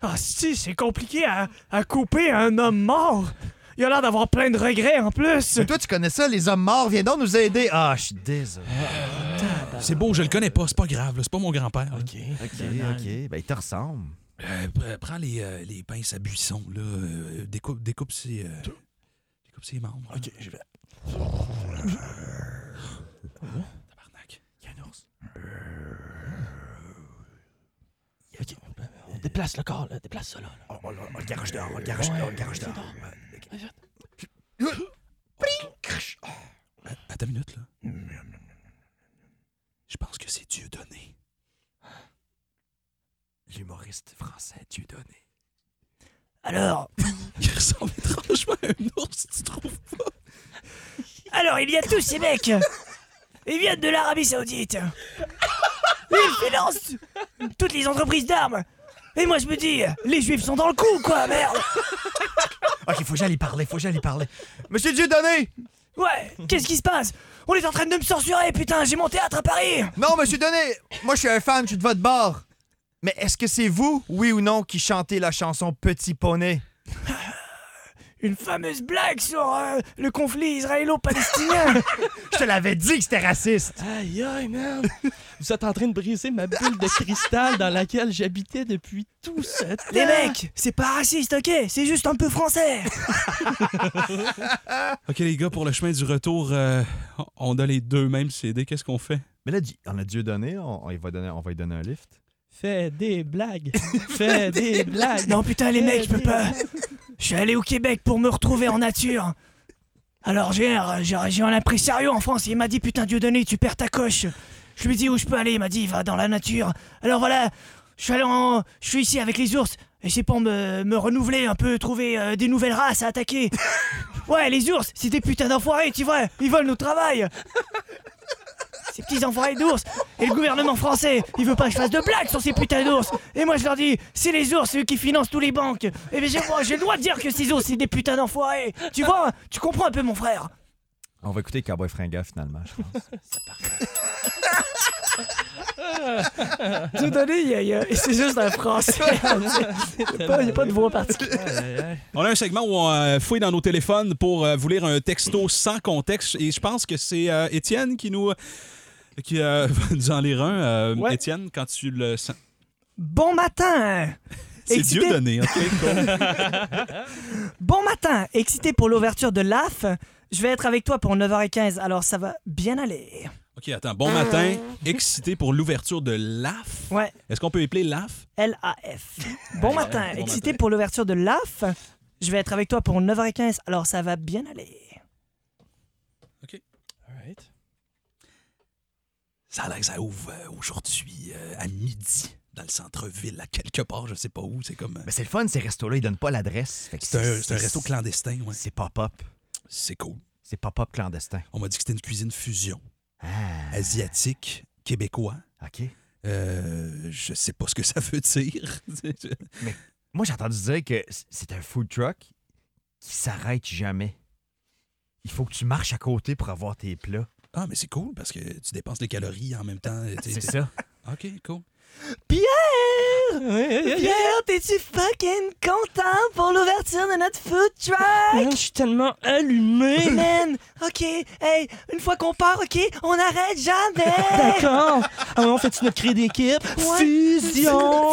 S3: Ah, si, c'est compliqué à, à couper un homme mort. Il a l'air d'avoir plein de regrets en plus.
S2: Mais toi, tu connais ça, les hommes morts, viens donc nous aider. Ah, je suis désolé.
S1: C'est beau, je le connais pas, c'est pas grave, là, c'est pas mon grand-père. là.
S2: OK, OK. Ben, il te ressemble.
S1: Euh, pr- prends les, euh, les pinces à buisson, là, euh, découpe, découpe ses, euh, découpe ses membres.
S4: Ok, je vais.
S1: Tabarnak.
S4: Il y a un ours. Ok, on déplace le corps, là. Déplace ça, là.
S2: On, le garage dehors, on le garage dehors, on le garage dehors.
S1: Euh, Attends une minute, là.
S2: Mm,
S1: Je pense que c'est Dieu donné.
S2: L'humoriste français Dieudonné.
S3: Alors,
S1: Il ressemble étrangement à un ours, tu trouves pas?
S3: alors, il y a tous ces mecs. Ils viennent de l'Arabie Saoudite. Ils financent toutes les entreprises d'armes. Et moi, je me dis, les Juifs sont dans le coup, quoi, merde.
S2: OK, faut que j'aille y parler, faut que j'aille y parler. Monsieur Dieudonné!
S3: Ouais, qu'est-ce qui se passe On est en train de me censurer, putain, j'ai mon théâtre à Paris.
S2: Non, monsieur Dieudonné! Moi, je suis un fan, je suis de votre bord. Mais est-ce que c'est vous, oui ou non, qui chantez la chanson Petit Poney?
S3: Une fameuse blague sur euh, le conflit israélo-palestinien.
S2: Je te l'avais dit que c'était raciste.
S4: Aïe, aïe, man! Vous êtes en train de briser ma bulle de cristal dans laquelle j'habitais depuis tout ce temps.
S3: Les mecs, c'est pas raciste, ok C'est juste un peu français.
S1: Ok, les gars, pour le chemin du retour, euh, on a les deux mêmes CD. Qu'est-ce qu'on fait?
S2: Mais là, Di- on a Dieudonné, on, on, y va donner, on va lui donner un lift.
S4: Fais des blagues! Fais des blagues!
S3: Non, putain, les
S4: Fais
S3: mecs, je peux
S4: des
S3: pas.
S4: blagues.
S3: Je suis allé au Québec pour me retrouver en nature. Alors j'ai un, j'ai un- j'ai un impresario en France, il m'a dit putain Dieu donné, tu perds ta coche. Je lui ai dit où je peux aller, il m'a dit va dans la nature. Alors voilà, je suis allé en, je suis ici avec les ours et c'est pour me, me renouveler un peu, trouver euh, des nouvelles races à attaquer. Ouais, les ours, c'est des putains d'enfoirés, tu vois, ils volent notre travail. Ces petits enfoirés d'ours Et le gouvernement français, il veut pas que je fasse de blagues sur ces putains d'ours Et moi je leur dis, c'est les ours eux qui financent tous les banques Et bien j'ai moi, j'ai le droit de dire que ces ours c'est des putains d'enfoirés Tu vois, tu comprends un peu mon frère
S2: On va écouter Cowboy Fringant, finalement, je pense.
S3: Tout donné, c'est juste un français Il n'y a pas de voix particulière
S4: Aïe, aïe.
S1: On a un segment où on euh, fouille dans nos téléphones pour euh, vous lire un texto sans contexte. Et je pense que c'est euh, Étienne qui nous. qui euh, va nous en lire un. Euh,
S4: Ouais.
S1: Étienne, quand tu le sens.
S3: Bon matin
S1: C'est
S3: Excité.
S1: Dieu donné, ok? cool.
S3: Bon matin Excité pour l'ouverture de l'AF Je vais être avec toi pour 9h15, alors ça va bien aller
S1: ok, attends. Bon matin. Excité pour l'ouverture de l'AF.
S3: Ouais,
S1: Est-ce qu'on peut épeler l'AF?
S3: LAF. Bon matin,
S1: bon
S3: excité
S1: matin.
S3: pour l'ouverture de l'AF. Je vais être avec toi pour 9h15, alors ça va bien aller.
S4: Alright.
S1: Ça a l'air que ça ouvre euh, aujourd'hui euh, à midi dans le centre-ville, à quelque part, je sais pas où. C'est comme. euh,
S2: Mais c'est le fun, ces restos-là, ils donnent pas l'adresse. Fait que
S1: c'est un, c'est un resto clandestin, ouais.
S2: C'est pop-up.
S1: C'est cool.
S2: C'est pop-up clandestin.
S1: On m'a dit que c'était une cuisine fusion
S2: Ah,
S1: asiatique, québécois.
S2: OK.
S1: Euh, je sais pas ce que ça veut dire.
S2: Moi, j'ai entendu dire que c- c'est un food truck qui s'arrête jamais. Il faut que tu marches à côté pour avoir tes plats.
S1: ah, mais c'est cool parce que tu dépenses les calories en même temps. Tu sais,
S2: C'est ça.
S1: OK, cool.
S3: Pierre!
S4: Aïe, aïe, aïe.
S3: Pierre, t'es-tu fucking content pour l'ouverture de notre food truck?
S4: Je suis tellement allumé!
S3: Man, ok, hey, une fois qu'on part, ok, on n'arrête jamais!
S4: D'accord! Ah, on fait notre cri d'équipe?
S3: Ouais.
S4: Fusion!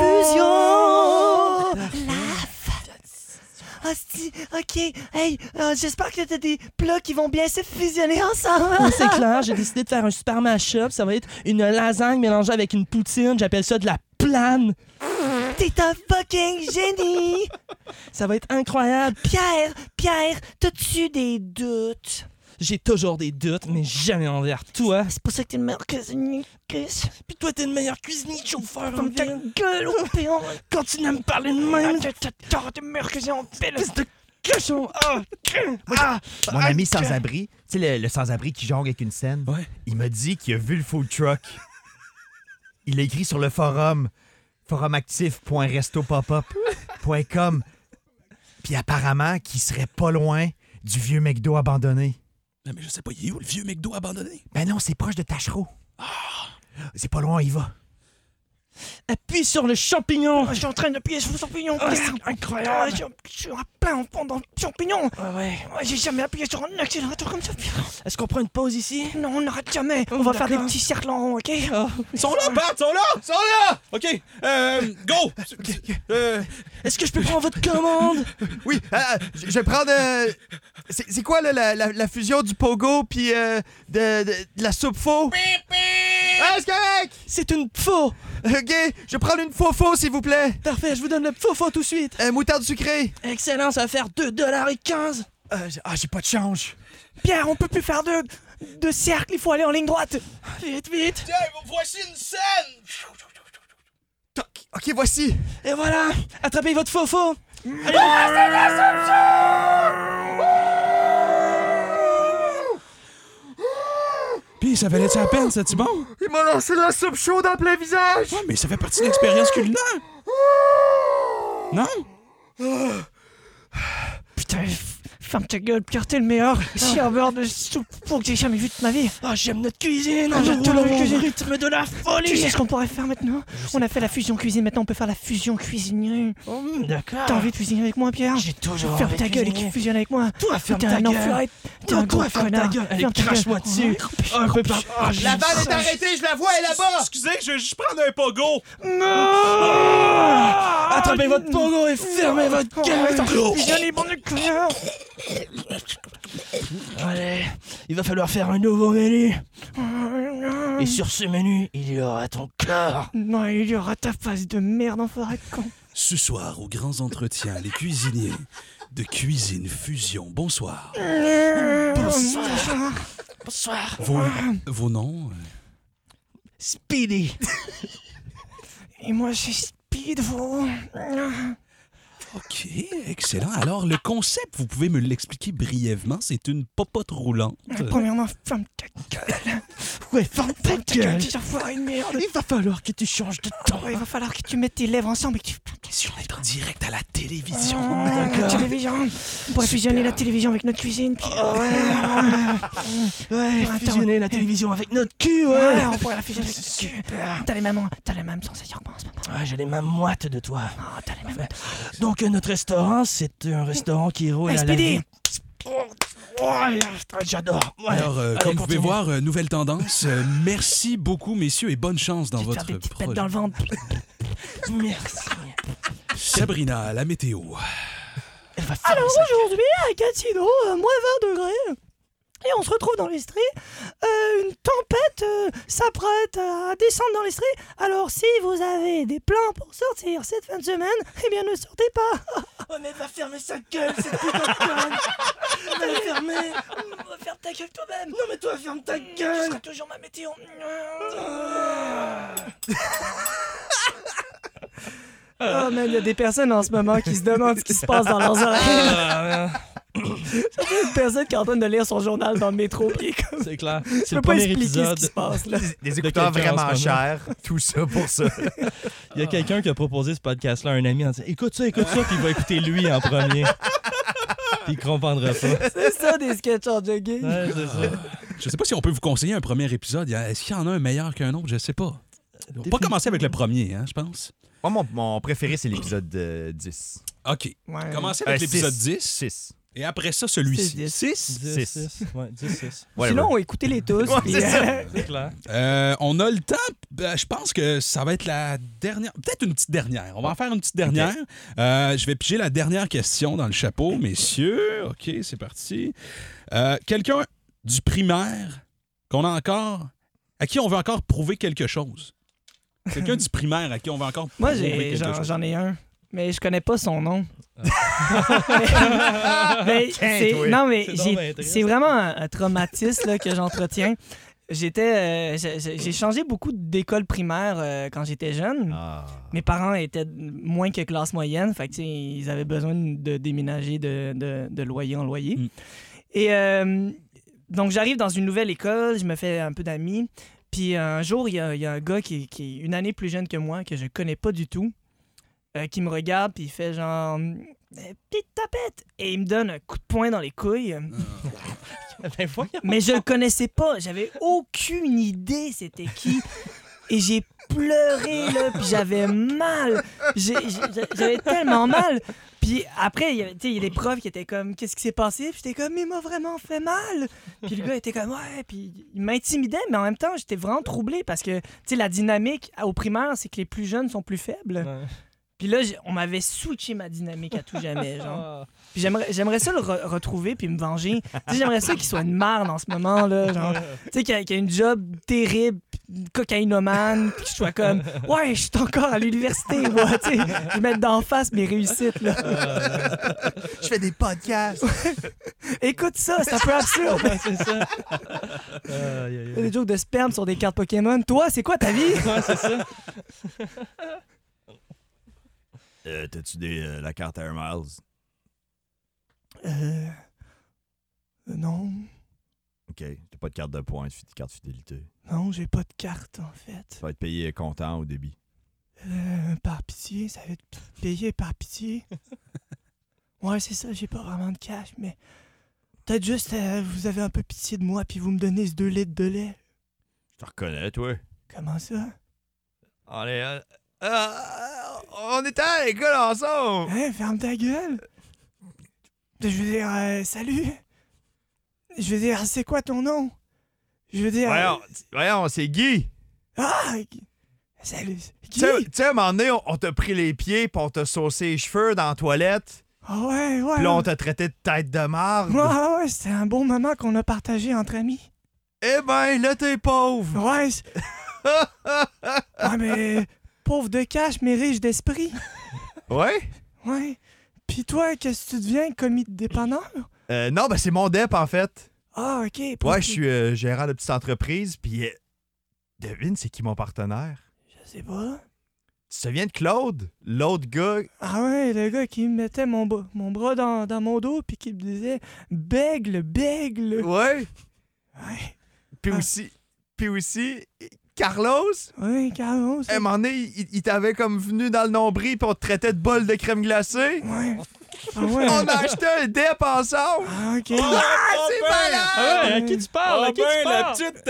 S3: Fusion! Hostie, ok, hey, euh, j'espère que t'as des plats qui vont bien se fusionner ensemble!
S4: Ah, C'est clair, j'ai décidé de faire un super mashup. Ça va être une lasagne mélangée avec une poutine. J'appelle ça de la plane.
S3: T'es un fucking génie!
S4: Ça va être incroyable.
S3: Pierre, Pierre, t'as-tu des doutes?
S4: J'ai toujours des doutes, mais jamais envers toi.
S3: C'est pour ça que t'es le meilleur cuisinier que je-
S4: Puis toi, t'es le meilleur cuisinier de chauffeur en
S3: Comme ta
S4: ville.
S3: gueule au péon!
S4: Continue à me parler de même.
S3: T'as t'es le meilleur cuisinier en ville!
S4: Espèce de cochon. Ah! Ah!
S2: Mon ami sans-abri, tu sais, le, le sans-abri qui jongle avec une scène,
S1: Ouais.
S2: il m'a dit qu'il a vu le food truck. Il a écrit sur le forum forumactif.restopopup.com. Puis apparemment qu'il serait pas loin du vieux McDo abandonné.
S1: Là, mais je sais pas, il est où le vieux McDo abandonné?
S2: Ben non, c'est proche de Tachereau. C'est pas loin, il va.
S3: Appuie sur le champignon. Ah, je suis en train de sur le champignon.
S5: Ah,
S3: putain.
S5: c'est incroyable.
S3: Ah, je- je suis en plein en fond dans le champignon.
S5: Ouais, ouais.
S3: Ouais, J'ai jamais appuyé sur un accélérateur comme ça.
S5: Est-ce qu'on prend une pause ici?
S3: Non, on n'arrête jamais.
S5: Oh,
S3: On va faire des
S5: d'accord. Oh.
S3: petits cercles en rond, ok
S1: Ils sont là, Pat! Ils sont là! Ils sont là! OK, euh, go! Euh,
S3: Est-ce que je peux prendre votre commande
S2: Oui, ah, ah, je je vais prendre. euh, c'est c'est quoi, là, la, la- la fusion du pogo puis euh, de, de- de la soupe faux? Ah, c'est correct!
S3: C'est une faux.
S2: Ok, Euh, je vais prendre une faux faux, s'il vous plaît.
S3: Parfait, je vous donne le faux faux tout de suite.
S2: Euh, moutarde sucrée.
S3: Excellent, ça va faire 2,15$.
S2: Euh, j'ai- ah, j'ai pas de change.
S3: Pierre, on peut plus faire de, de cercle, il faut aller en ligne droite. Vite, vite.
S1: tiens, voici une scène!
S2: Toc. Ok, voici.
S3: Et voilà, attrapez votre faux faux.
S1: Pis ça valait sa peine, c'est-tu bon?
S2: Il m'a lancé la soupe chaude dans plein visage.
S1: Ouais, mais ça fait partie de l'expérience culinaire!
S2: Oh!
S1: Non?
S3: Putain, f- ferme ta gueule, Pierre, t'es le meilleur
S5: Oh.
S3: serveur de soupe pour que j'ai jamais vu de ma vie.
S4: Oh,
S3: Ah, j'aime notre cuisine, j'adore le rythme de la folie. Tu sais ce qu'on pourrait faire maintenant On a fait la fusion cuisine, maintenant on peut faire la fusion cuisinier.
S4: Oh, hmm, D'accord.
S5: Ah.
S3: T'as envie de cuisiner avec moi, Pierre
S4: J'ai toujours
S3: Ferme
S4: envie
S3: ta
S4: de
S3: gueule et qui
S4: cuisiner.
S3: fusionne avec moi.
S4: Toi, ferme
S3: T'es
S4: ta
S3: un
S4: gueule.
S3: enfoiré. T'es un
S4: Toi,
S3: gros
S4: toi, ferme ta
S3: connard.
S4: gueule. Allez,
S3: Ferme ta gueule. Oh,
S4: crache-moi dessus. Un peu par... Ah, j'ai-
S2: La balle est arrêtée, je la vois, elle est là-bas.
S1: Excusez, je vais juste prendre un pogo!
S4: Oh,
S3: Oh,
S4: Attrapez votre pogo et fermez votre gueule.
S3: Fusionner, bande de connards.
S4: Allez, il va falloir faire un nouveau menu.
S3: Hmm.
S4: Et sur ce menu, il y aura ton corps.
S3: Non, il y aura ta face de merde, enfoiré de con.
S1: Ce soir, aux grands entretiens, les cuisiniers de Cuisine Fusion. Bonsoir.
S3: Bonsoir.
S4: Bonsoir.
S1: Vos, vos noms? euh,
S4: Speedy.
S3: Et moi, c'est Speed, vous.
S1: OK, excellent. Alors, le concept, vous pouvez me l'expliquer brièvement. C'est une popote roulante.
S4: Euh.
S3: Premièrement, ferme ta
S4: Ouais, ferme ta
S3: ferme ta gueule,
S4: gueule.
S3: petit enfoiré de merde.
S4: Il va falloir que tu changes de ton.
S3: Ouais, il va falloir que tu mettes tes lèvres ensemble et que tu fermes ta
S1: Si on est en direct à la télévision.
S3: gueule.
S4: Ah, D'accord.
S3: télévision. On pourrait fusionner la télévision avec notre cuisine. Puis... euh,
S4: Ouais,
S3: Attends.
S4: fusionner la télévision avec notre cul, ouais.
S3: Ouais, on pourrait la fusionner avec notre cul.
S4: Super.
S3: T'as les mêmes, t'as les mêmes sensations que moi en ce moment.
S4: Ouais, j'ai les mains moites de toi.
S3: Oh, t'as les mêmes.
S4: Donc, euh, notre restaurant, c'est un restaurant qui roule
S3: Hey,
S4: à la
S3: Speedy.
S4: vie. Ouais, J'adore. Ouais.
S1: Alors, euh,
S4: Allez,
S1: comme vous pouvez
S4: continue.
S1: voir, euh, nouvelle tendance. Euh, merci beaucoup, messieurs, et bonne chance dans
S3: Tu te
S1: votre
S3: faire des petites
S1: projet.
S3: pètes dans le ventre.
S4: Merci.
S1: Sabrina, la météo.
S4: Elle va faire
S3: Alors
S4: ça.
S3: aujourd'hui, à Gatineau, euh, moins 20 degrés. Et on se retrouve dans l'Estrie. Euh, une tempête euh, s'apprête à descendre dans l'Estrie. Alors si vous avez des plans pour sortir cette fin de semaine, eh bien ne sortez pas.
S4: Oh, mais elle va fermer sa gueule, cette putain de conne. Elle va la fermer.
S3: Ferme ta gueule toi-même.
S4: Non, mais toi, ferme ta
S3: Ce
S4: gueule. Ah.
S3: sera toujours ma météo. Oh man, il y a des personnes en ce moment qui se demandent ce qui se passe dans leurs oreilles.
S5: Ah,
S3: Une personne qui est en train de lire son journal dans le métro. Puis comme,
S5: c'est clair.
S3: je
S5: C'est
S3: peux
S5: le
S3: pas
S5: premier
S3: expliquer ce qui
S5: épisode.
S3: se passe là.
S2: Des
S5: écouteurs
S2: écouteurs
S5: quelqu'un en ce
S2: vraiment
S5: moment.
S2: chers. Tout ça pour ça.
S5: Il y a quelqu'un qui a proposé ce podcast-là à un ami en disant Écoute ça, écoute ça, puis il va écouter lui en premier. Puis il comprendra pas. Ouais,
S3: C'est ça des sketchs en jogging.
S4: Euh, Ah,
S5: c'est ça.
S1: Je sais pas si on peut vous conseiller un premier épisode. Y a- Est-ce qu'il y en a un meilleur qu'un autre? Je sais pas. On va pas commencer avec le premier, hein, je pense.
S2: Moi, mon, mon préféré, c'est l'épisode euh, 10.
S1: OK.
S3: Ouais.
S1: Commencez avec
S2: Euh,
S1: l'épisode
S2: six.
S1: 10
S2: 6.
S1: et après ça, celui-ci.
S3: Six,
S1: 6?
S5: 10, 6. Ouais, 10, 6.
S3: Sinon, on écoutait les tous.
S2: Ouais,
S3: puis,
S2: c'est ça.
S3: euh,
S5: C'est clair.
S1: Euh, on a le temps. Ben, je pense que ça va être la dernière. Peut-être une petite dernière. On va en faire une petite dernière. Euh, je vais piger la dernière question dans le chapeau, messieurs. OK, c'est parti. Euh, Quelqu'un du primaire qu'on a encore. à qui on veut encore prouver quelque chose. Quelqu'un du primaire à qui on veut encore
S3: Moi,
S1: prouver
S3: j'ai-
S1: quelque
S3: j'en
S1: chose.
S3: j'en ai un. Mais je connais pas son nom. Mais c'est-
S2: toi.
S3: non, mais
S5: C'est donc bien
S3: j'ai-
S5: triste.
S3: c'est vraiment un, un traumatisme là, que j'entretiens. J'étais, euh, j'ai- j'ai j'ai changé beaucoup d'école primaire euh, quand j'étais jeune.
S2: Ah.
S3: Mes parents étaient moins que classe moyenne, fait que, tu sais, ils avaient besoin de déménager de, de- de loyer en loyer.
S1: Mm.
S3: Et euh, donc, j'arrive dans une nouvelle école, je me fais un peu d'amis. Puis un jour, il y, a- il y a un gars qui, est- qui est une année plus jeune que moi, que je connais pas du tout, euh, qui me regarde, puis il fait genre Euh, petite tapette! Et il me donne un coup de poing dans les couilles.
S4: Ben voyons.
S3: Mais je le connaissais pas. J'avais aucune idée c'était qui. Et j'ai pleuré, là, puis j'avais mal. J'ai- j'ai- J'avais tellement mal. Puis après, il y avait tu sais, il y a des profs qui étaient comme, qu'est-ce qui s'est passé? Puis j'étais comme, il m'a vraiment fait mal. Puis le gars était comme, ouais. Puis il m'intimidait, mais en même temps, j'étais vraiment troublé parce que, tu sais, la dynamique au primaire, c'est que les plus jeunes sont plus faibles.
S4: Ouais.
S3: Puis là, j'ai- on m'avait switché ma dynamique à tout jamais, genre.
S4: Ah.
S3: Puis j'aimerais, j'aimerais ça le re- retrouver puis me venger. Tu sais, j'aimerais ça qu'il soit une marde en ce moment, là. Genre, tu sais, qu'il y a, qu'il y a une job terrible, puis cocaïnomane, puis que je sois comme, ouais, je suis encore à l'université, moi, tu sais. Je vais mettre d'en face mes réussites, là.
S2: Je fais des podcasts.
S3: Écoute ça, c'est un peu absurde.
S4: Ouais, c'est ça. Aïe, aïe, aïe.
S3: Des jokes de sperme sur des cartes Pokémon. Toi, c'est quoi ta vie?
S4: Ouais, c'est ça.
S2: Euh, T'as-tu des, euh, la carte Air Miles?
S3: Euh. Non,
S2: OK. T'as pas de carte de points, de carte fidélité.
S3: non, j'ai pas de carte, en fait.
S2: Tu vas être payé comptant au débit.
S3: Euh, par pitié, ça va être p- payé par pitié. Ouais, c'est ça, j'ai pas vraiment de cash, mais peut-être juste euh, vous avez un peu pitié de moi puis vous me donnez ce 2 litres de lait.
S2: Je te reconnais, toi.
S3: Comment ça
S2: On est... euh, euh, on était à l'école ensemble!
S3: Hein, ferme ta gueule
S2: Euh.
S3: Je veux dire, euh, salut Je veux dire, c'est quoi ton nom Je veux dire. euh,
S2: Voyons, t- voyons c'est Guy!
S3: Ah Salut
S2: Tu
S3: Guy
S2: sais, tu sais, à un moment donné, on, on t'a pris les pieds, puis on t'a saucé les cheveux dans la toilette,
S3: Ah ouais, ouais
S2: puis là, on t'a traité de tête de marde.
S3: Ah ouais, c'était un bon moment qu'on a partagé entre amis.
S2: Eh ben, là, t'es pauvre!
S3: Ouais, c'est- ouais, Ah, mais pauvre de cash, mais riche d'esprit.
S2: ouais?
S3: Ouais. Puis toi, qu'est-ce que tu deviens, commis de dépanneur?
S2: Euh, non, ben, c'est mon DEP, en fait.
S3: Ah, ok. pour-
S2: Ouais, je suis euh, gérant de petite entreprise, puis... euh, devine, c'est qui mon partenaire?
S3: Je sais pas.
S2: Tu te souviens de Claude? L'autre gars...
S3: Ah ouais, le gars qui mettait mon, bras- mon bras dans, dans mon dos puis qui me disait bègle, bègle.
S2: Ouais.
S3: Ouais,
S2: Puis
S3: Ah.
S2: aussi... Puis aussi... Carlos?
S3: ouais, carrément.
S2: Eh,
S3: ça.
S2: m'en est, il, il t'avait comme venu dans le nombril, puis on te traitait de bol de crème glacée.
S3: Ouais. Ah ouais.
S2: On a acheté un dep ensemble.
S3: Ah, ok.
S2: Ah, c'est
S1: ben!
S2: malade!
S4: Ah ouais, à qui tu parles?
S1: Ah
S4: à qui
S1: ben,
S4: tu
S1: la
S4: parles?
S1: petite
S3: Hey,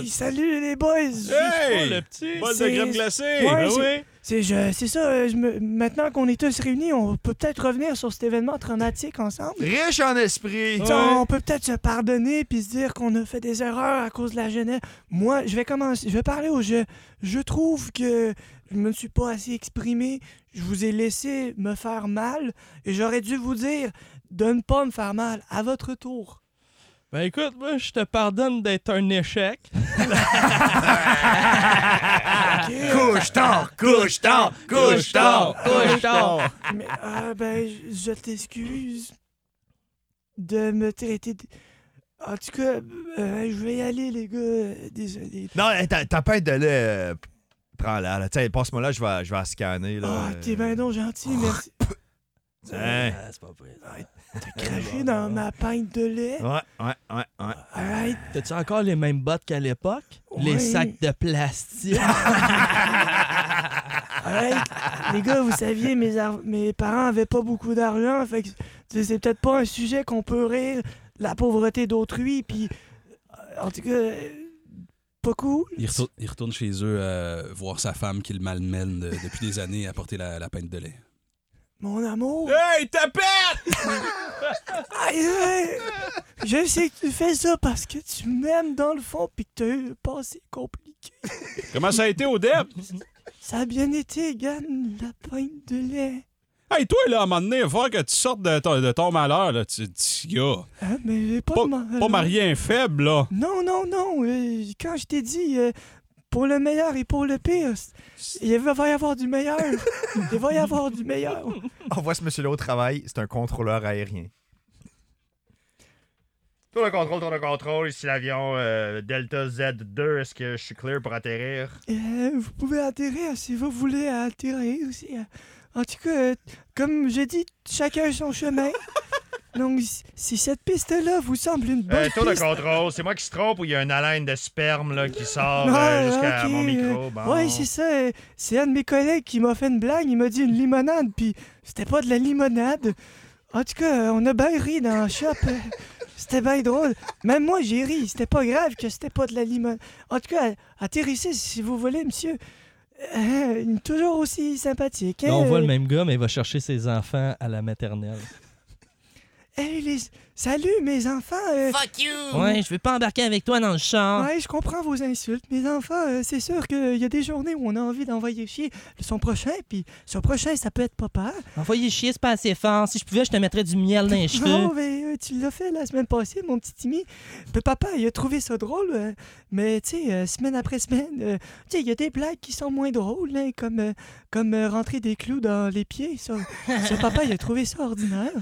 S1: tapette!
S3: salut les boys!
S1: Hey!
S4: Oh, le petit.
S1: Bol de
S3: C'est-
S1: crème glacée!
S3: Ouais,
S1: Ben
S3: c'est-
S1: oui.
S3: C'est je- c'est ça, euh, je me- maintenant qu'on est tous réunis, on peut peut-être revenir sur cet événement traumatique ensemble.
S2: Riche en esprit.
S1: Oh,
S3: Tu sais, On peut peut-être se pardonner puis se dire qu'on a fait des erreurs à cause de la jeunesse. Moi, je vais commencer, je vais parler au jeu. Je trouve que je me suis pas assez exprimé. Je vous ai laissé me faire mal et j'aurais dû vous dire de ne pas me faire mal à votre tour.
S4: Ben écoute, moi, je te pardonne d'être un échec.
S2: Ah, Couche-tard, couche-tard, couche-tard.
S4: Couche-tard!
S3: Mais ah, ben, je- je t'excuse de me traiter. de- En tout cas, euh, je vais y aller les gars. Euh, Désolé.
S2: Non, hey, ta, ta pinte de lait, euh, p- prends-la. là. Tiens, passe-moi là, je vais, je vais la scanner. Là. euh, oh,
S3: Ah, t'es ben donc gentil, merci.
S2: Tiens.
S5: Ah, c'est pas vrai.
S3: Craché
S2: hein.
S3: dans ma pinte de lait.
S2: Ouais, ouais, ouais, ouais.
S3: Arrête.
S4: T'as-tu encore les mêmes bottes qu'à l'époque? Les
S3: Ouais.
S4: sacs de plastique?
S3: Hey, les gars, vous saviez, mes, ar- mes parents avaient pas beaucoup d'argent, fait que tu sais, c'est peut-être pas un sujet qu'on peut rire, la pauvreté d'autrui, puis euh, en tout cas, euh, pas cool.
S1: Il retourne, il retourne chez eux euh, voir sa femme qu'il malmène de- depuis des années à porter la, la pinte de lait.
S3: Mon amour,
S1: Hey, tapette!
S3: aïe, aïe. je sais que tu fais ça parce que tu m'aimes dans le fond, puis que t'as eu un passé compliqué.
S1: Comment ça a été au DEP?
S3: Ça a bien été, Gann, la pinte de lait.
S1: Hey, toi, là, à un moment donné, il va falloir que tu sortes de ton, de ton malheur, là. Tu tu- gars,
S3: Hein, mais j'ai pas, de ma-
S1: pas marié un faible, là.
S3: Non, non, non. euh, quand je t'ai dit euh, pour le meilleur et pour le pire, c- il va va y avoir du meilleur. il va y avoir du meilleur.
S2: On voit ce monsieur-là au travail, c'est un contrôleur aérien. Tour de contrôle, tour de contrôle, ici l'avion euh, Delta Z2, est-ce que je suis clear pour atterrir?
S3: Euh, vous pouvez atterrir si vous voulez euh. atterrir aussi. En tout cas, euh, comme j'ai dit, chacun son chemin. Donc, si- si cette piste-là vous semble une bonne
S2: Euh, tour de
S3: piste-
S2: contrôle, c'est moi qui se trompe ou il y a une haleine de sperme là, qui sort
S3: Ah,
S2: euh, jusqu'à
S3: ok,
S2: mon micro?
S3: euh,
S2: Eh, Bon.
S3: Ouais, c'est ça. euh, C'est un de mes collègues qui m'a fait une blague. Il m'a dit une limonade, puis c'était pas de la limonade. En tout cas, euh, on a bien ri dans le shop. euh, C'était bien drôle. Même moi, j'ai ri. C'était pas grave que c'était pas de la limonade. En tout cas, atterrissez si vous voulez, monsieur. Euh, il est toujours aussi sympathique. hein,
S4: on voit
S3: euh,
S4: le même gars, mais il va chercher ses enfants à la maternelle.
S3: hey, les- Salut, mes enfants. euh,
S6: Fuck
S4: Mmh.
S6: you!
S5: Ouais, je veux pas embarquer avec toi dans le char.
S3: Ouais, je comprends vos insultes, mes enfants. euh, c'est sûr qu'il y a des journées où on a envie d'envoyer chier son prochain, puis son prochain, ça peut être papa.
S5: Envoyez chier, c'est pas assez fort. Si je pouvais, je te mettrais du miel dans les
S4: Mhm.
S5: cheveux.
S3: Non, mais euh, tu l'as fait la semaine passée, mon petit Timmy. Puis papa, il a trouvé ça drôle, euh, mais tu sais, euh, semaine après semaine, euh, tu sais, il y a des blagues qui sont moins drôles, hein, comme, euh, comme euh, rentrer des clous dans les pieds. Ça, ça, papa, il a trouvé ça ordinaire.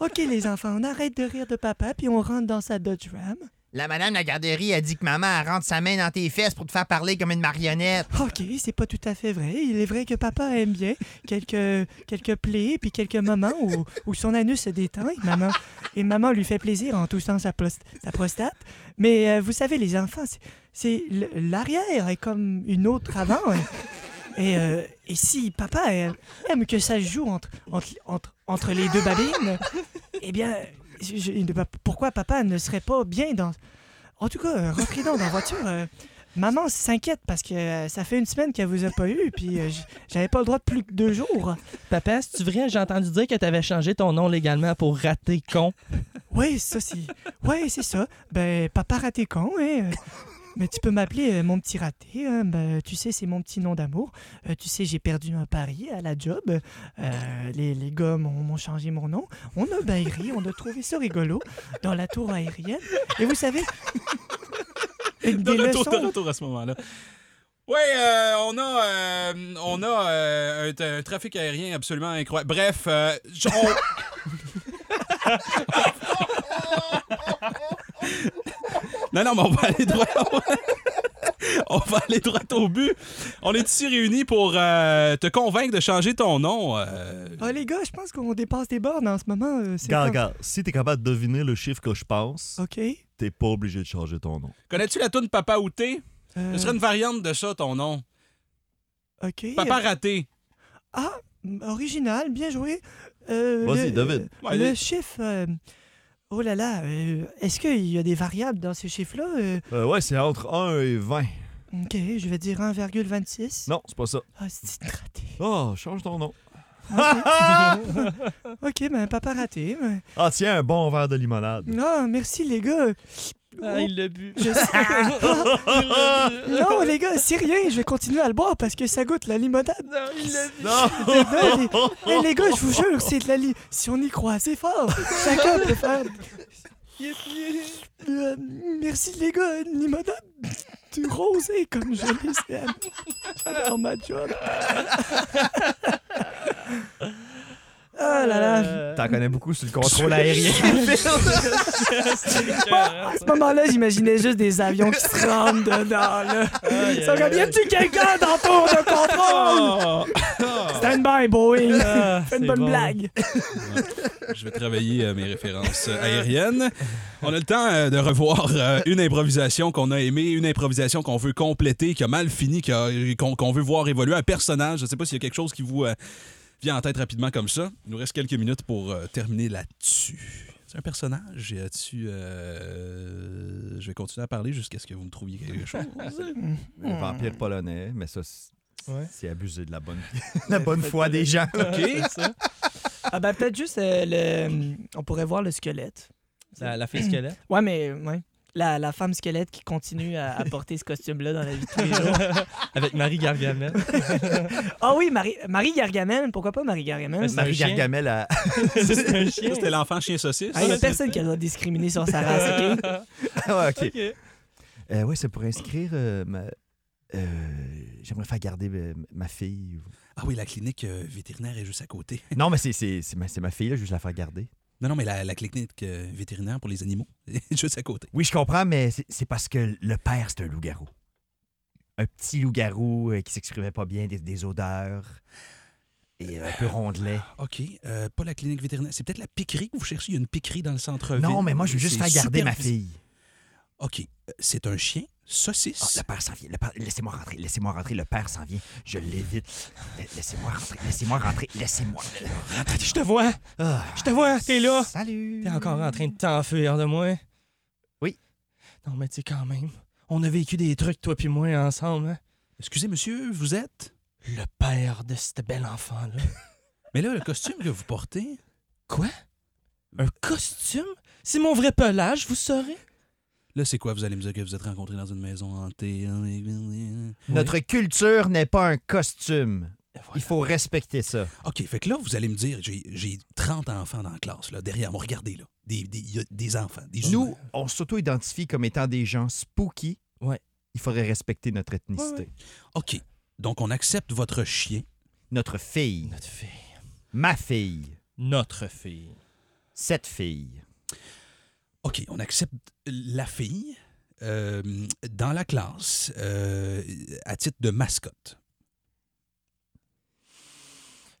S3: OK, les enfants, on arrête de rire de papa, puis on rentre dans sa Dodge Ram.
S6: La madame de la garderie a dit que maman elle rentre sa main dans tes fesses pour te faire parler comme une marionnette.
S3: Ok, c'est pas tout à fait vrai. Il est vrai que papa aime bien quelques, quelques plaies puis quelques moments où, où son anus se détend et maman, et maman lui fait plaisir en toussant sa, pros- sa prostate. Mais euh, vous savez, les enfants, c'est- c'est l- l'arrière est comme une autre avant. hein. Et, euh, et si papa aime, aime que ça se joue entre, entre, entre, entre les deux babines, eh bien, je- je- pourquoi papa ne serait pas bien dans... En tout cas, euh, rentrez donc dans la voiture. euh, Maman s'inquiète parce que euh, ça fait une semaine qu'elle vous a pas eu, puis euh, j- j'avais pas le droit de plus que deux jours.
S5: Papa, si tu vrai, j'ai entendu dire que t'avais changé ton nom légalement pour rater con.
S3: Oui, ça c'est. Ouais, c'est ça. Ben, papa raté con, hein. euh, Mais tu peux m'appeler euh, mon petit raté. hein, ben, tu sais, c'est mon petit nom d'amour. Euh, tu sais, j'ai perdu un pari à la job. Euh, les, les gars m'ont m'ont changé mon nom. On a ben ri, on a trouvé ça rigolo dans la tour aérienne. Et vous savez. avec
S1: De
S3: des
S1: retour,
S3: leçons-
S1: de retour à ce moment-là. Oui, on a, euh, on a euh, un, t- un trafic aérien absolument incroyable. Bref, euh, j- on- non, non, mais on va aller droit. On va aller droit au but. On est ici réunis pour euh, te convaincre de changer ton nom. euh,
S3: Ah, les gars, je pense qu'on dépasse des bornes en ce moment. euh, c'est
S7: Regarde,
S3: pas-
S7: regarde, si t'es capable de deviner le chiffre que je pense,
S3: OK.
S7: t'es pas obligé de changer ton nom.
S1: Connais-tu la toune Papa Outé?
S3: Euh,
S1: Ce serait une variante de ça, ton nom.
S3: OK.
S1: Papa
S3: euh,
S1: Raté.
S3: Ah, m- original, bien joué. Euh,
S7: Vas-y,
S3: le-
S7: David.
S3: euh,
S1: Ouais,
S3: le
S1: allez.
S3: chiffre. euh, oh là là, euh, est-ce qu'il y a des variables dans ce chiffre-là Euh,
S7: Euh, ouais, c'est entre 1 et 20.
S3: Ok, je vais dire 1,26.
S7: Non, c'est pas ça.
S3: Ah, c'est une ratée.
S7: Oh, change ton nom.
S3: ok, ben, papa raté. mais-
S7: Ah, tiens, un bon verre de limonade.
S3: Non, merci les gars.
S4: Ah, il l'a bu.
S3: Je sais- Ah, non, les gars, c'est rien, je vais continuer à le boire parce que ça goûte la limonade.
S4: Non, il l'a bu.
S7: Non!
S3: Non, les... Eh, les gars, je vous jure, c'est de la li... Si on y croit assez fort, chacun peut faire
S4: Il est- il est-
S3: Euh, merci les gars, une limonade du rosé comme je l'ai c'est à- j'adore ma job. oh là là.
S4: Euh,
S2: T'en connais beaucoup sur le contrôle aérien.
S4: c'est écœurant,
S3: Oh, À ce moment-là, j'imaginais juste des avions qui se rendent dedans, là.
S4: aïe,
S3: Ça
S4: aïe.
S3: revient tu quelqu'un dans tour de contrôle? Stand by, Boeing.
S4: Ah,
S3: Fais une
S4: c'est
S3: bonne
S4: bon.
S3: blague.
S1: Je vais travailler euh, mes références euh, aériennes. On a le temps euh, de revoir euh, une improvisation qu'on a aimée, une improvisation qu'on veut compléter, qui a mal fini, qui a- qu'on qu'on veut voir évoluer, un personnage. Je ne sais pas s'il y a quelque chose qui vous euh, vient en tête rapidement comme ça. Il nous reste quelques minutes pour euh, terminer là-dessus. C'est un personnage. Et là-dessus, euh, je vais continuer à parler jusqu'à ce que vous me trouviez quelque chose.
S2: Le
S4: Hmm.
S2: vampire polonais, mais ça, c'est
S4: Ouais.
S2: c'est abusé de la bonne, la bonne foi des gens.
S4: C'est ça.
S3: Ah ben peut-être juste le... euh, On pourrait voir le squelette.
S4: La, la fille squelette.
S3: Ouais, mais... euh, Ouais. La, la femme squelette qui continue à, à porter ce costume-là dans la vie de tous les jours.
S4: Avec Marie Gargamel.
S3: Ah oui, Marie, Marie Gargamel. Pourquoi pas Marie Gargamel?
S4: Ben, C'est un
S2: Marie
S4: chien.
S2: Gargamel à
S4: C'est un
S1: Ça,
S4: chien.
S1: C'était l'enfant chien saucisse. Ah,
S3: Il n'y Ah, a personne qui doit discriminer sur sa race, OK?
S2: Ah, ok.
S4: Ok.
S2: Euh, ouais, c'est pour inscrire euh, ma. euh, J'aimerais faire garder euh, ma fille.
S1: Ah oui, la clinique euh, vétérinaire est juste à côté.
S2: Non, mais c'est- c'est c'est ma, c'est ma fille, là, je veux juste la faire garder.
S1: Non, non, mais la, la clinique euh, vétérinaire pour les animaux est juste à côté.
S2: Oui, je comprends, mais c'est c'est parce que le père, c'est un loup-garou. Un petit loup-garou euh, qui s'exprimait pas bien des, des odeurs. Et un peu rondelet.
S4: Ah,
S1: OK, euh, pas la clinique vétérinaire. C'est peut-être la piquerie que vous cherchez. Il y a une piquerie dans le centre-ville.
S2: Non, mais moi, je veux juste
S1: C'est
S2: faire garder ma
S1: supervisé.
S2: fille.
S1: OK, euh, c'est un chien saucisse.
S2: Ah, le père s'en vient. le père- Laissez-moi rentrer. Laissez-moi rentrer. Le père s'en vient. Je l'évite. La- Laissez-moi rentrer. Laissez-moi rentrer. Laissez-moi.
S4: Je te vois,
S2: Ah,
S4: je te vois, t'es là.
S2: Salut.
S4: T'es encore en train de t'enfuir de moi.
S2: Oui.
S4: Non, mais tu sais, quand même, on a vécu des trucs, toi puis moi, ensemble. hein.
S1: Excusez, monsieur, vous êtes...
S4: Le père de ce bel enfant-là.
S1: Mais là, le costume que vous portez...
S4: Un costume? C'est mon vrai pelage, vous saurez.
S1: Là, c'est quoi? Vous allez me dire que vous êtes rencontré dans une maison hantée. hein,
S2: Notre culture n'est pas un costume.
S4: Voilà.
S2: Il faut respecter ça.
S1: OK, fait que là, vous allez me dire, j'ai- j'ai 30 enfants dans la classe, là, derrière moi. Regardez, là. Des, des- il y a des enfants, des humains.
S2: Nous, on s'auto-identifie comme étant des gens spooky.
S4: Ouais.
S2: Il faudrait respecter notre ethnicité.
S4: Ouais,
S1: OK, donc on accepte votre chien.
S2: Notre fille.
S4: Notre fille.
S2: Ma fille.
S4: Notre fille.
S2: Cette fille.
S1: OK, on accepte la fille euh, dans la classe euh, à titre de mascotte.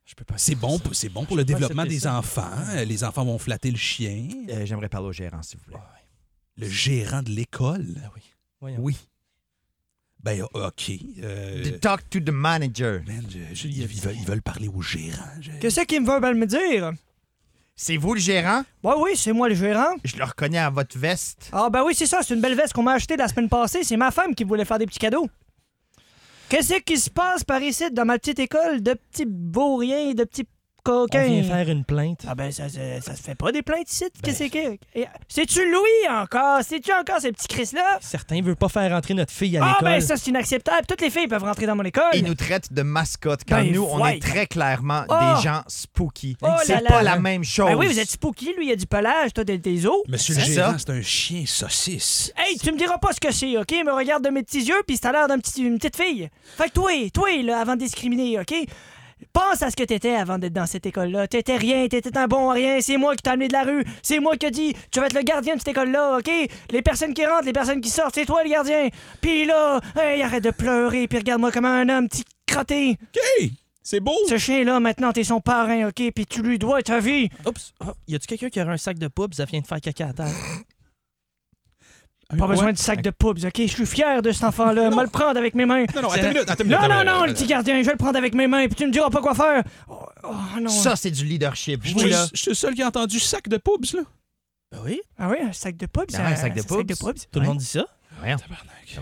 S4: Je peux pas.
S1: C'est
S4: dire
S1: bon,
S4: ça.
S1: pour- c'est bon pour
S4: Je
S1: le
S4: peux pas
S1: développement
S4: accepter
S1: des
S4: ça.
S1: enfants. Euh, Les enfants vont flatter le chien,
S2: Euh, J'aimerais parler au gérant, s'il vous plaît.
S4: Ah ouais.
S1: le gérant de l'école.
S4: Ah oui. Voyons.
S1: Oui. Ben, OK. euh,
S2: The- Talk to the manager.
S1: man, je- je- ils, ils veulent, ils veulent parler au gérant. Je-
S3: Qu'est-ce qu'ils me veulent me dire?
S2: C'est vous le gérant?
S3: Ouais, oui, c'est moi le gérant.
S2: Je le reconnais à votre veste.
S3: Ah, ben oui, c'est ça, c'est une belle veste qu'on m'a achetée la semaine passée. C'est ma femme qui voulait faire des petits cadeaux. Qu'est-ce qui se passe par ici dans ma petite école de petits bourriens, de petits
S4: On
S3: coquins?
S4: vient faire une plainte.
S3: Ah ben, ça, ça, ça se fait pas des plaintes ici. Qu'est-ce que c'est? Et- C'est-tu Louis encore? C'est-tu encore ces petits Chris-là?
S4: Certains veulent pas faire entrer notre fille à
S3: Ah
S4: l'école.
S3: ben, ça, c'est inacceptable. Toutes les filles peuvent rentrer dans mon école.
S2: Il nous traite de mascotte quand
S3: Ben,
S2: nous, on
S3: voyons.
S2: est très clairement
S3: Oh!
S2: des gens spooky.
S3: Oh là
S2: C'est
S3: là.
S2: pas la même chose.
S3: Ben oui, vous êtes spooky. Lui, il a du pelage. Toi, t'as des os.
S1: Monsieur le
S2: C'est
S1: gérant,
S2: ça.
S1: c'est un chien saucisse.
S3: Hey, tu me diras pas ce que c'est, OK? Me regarde de mes petits yeux, puis ça a l'air d'une petite fille. Fait que toi, toi, là, avant de discriminer, OK? Pense à ce que t'étais avant d'être dans cette école-là. T'étais rien, t'étais un bon à rien. C'est moi qui t'ai amené de la rue. C'est moi qui ai dit, tu vas être le gardien de cette école-là, OK? Les personnes qui rentrent, les personnes qui sortent, c'est toi le gardien. Puis là, hey, arrête de pleurer, puis regarde-moi comme un homme, petit crotté.
S1: C'est beau!
S3: Ce chien-là, maintenant, t'es son parrain, OK? Puis tu lui dois ta vie.
S4: Oups. Oh, y a-tu quelqu'un qui aurait un sac de poubs? Ça vient de faire caca à terre.
S3: Pas besoin de sac de poubs, OK? Je suis fier de cet enfant-là. Me le prendre avec mes mains.
S1: Non, non, attends une minute, attends une minute,
S3: Non,
S1: attends
S3: non,
S1: une minute.
S3: non, le petit gardien, je vais le prendre avec mes mains, puis tu me diras pas quoi faire. Oh, oh, non.
S2: Ça, c'est du leadership.
S1: Je
S2: Oui,
S1: suis-
S2: là.
S1: je suis le seul qui a entendu sac de poubs, là.
S4: Ben oui.
S3: Ah oui, un sac de poubs,
S2: Ah ouais, un sac de
S3: c'est un
S2: poubs.
S4: Tout
S2: Ouais.
S4: le monde dit ça.
S2: Voyons.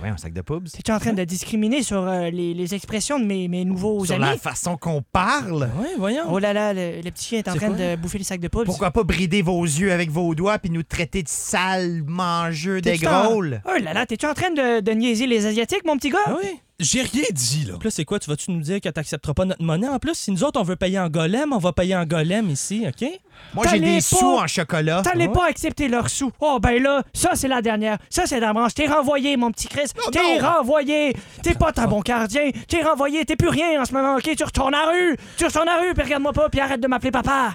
S2: Voyons, un sac de poubs.
S3: T'es-tu en train de discriminer sur euh, les, les expressions de mes, mes nouveaux
S2: Sur la
S3: amis?
S2: façon qu'on parle.
S4: Ouais, voyons.
S3: Oh là là, le, le petit chien est en
S4: C'est
S3: train
S4: quoi?
S3: de bouffer les sacs de poubs.
S2: Pourquoi pas brider vos yeux avec vos doigts puis nous traiter de sales mangeux des
S3: T'es-tu en-
S2: grôles?
S3: Oh là là, t'es-tu en train de, de niaiser les Asiatiques, mon petit gars?
S4: Ah oui.
S1: J'ai rien dit, là.
S4: Puis là, c'est quoi? Tu vas-tu nous dire que t'accepteras pas notre monnaie? En plus, si nous autres, on veut payer en golem, on va payer en golem ici, OK?
S2: Moi, j'ai
S3: T'allais
S2: des
S3: pas-
S2: sous en chocolat.
S3: T'allais
S4: ah Ouais.
S3: pas accepter leurs sous. Oh ben là, ça c'est la dernière. Ça c'est la branche. T'es renvoyé, mon petit Chris.
S4: Ah,
S3: T'es renvoyé. T'es pas un bon gardien. T'es renvoyé. T'es plus rien en ce moment, ok? Tu retournes à la rue. Tu retournes à la rue, puis regarde-moi pas, puis arrête de m'appeler papa.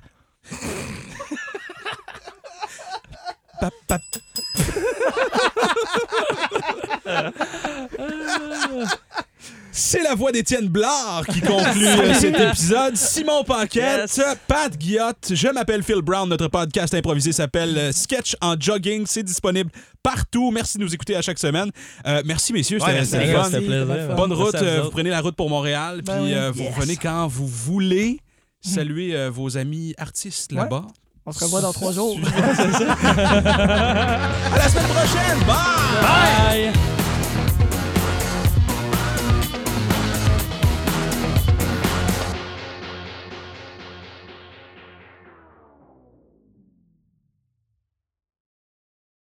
S1: Pa- pa- C'est la voix d'Étienne Blard qui conclut euh, cet épisode. Simon Paquette,
S4: Yes.
S1: Pat Guillotte, je m'appelle Phil Brown. Notre podcast improvisé s'appelle euh, Sketch en jogging. C'est disponible partout. Merci de nous écouter à chaque semaine. Euh, merci, messieurs.
S2: Ouais,
S1: C'était c'était
S2: merci,
S1: le
S2: gars,
S1: fun.
S4: c'était plaisir.
S1: Bonne,
S4: Merci
S1: route.
S4: à vous
S1: euh, vous
S4: autres.
S1: prenez la route pour Montréal.
S3: Ben
S1: puis
S3: oui.
S1: euh, vous
S3: Yes.
S1: revenez quand vous voulez. Saluez euh, vos amis artistes là-bas.
S3: On se revoit dans trois jours.
S1: à la semaine prochaine. Bye!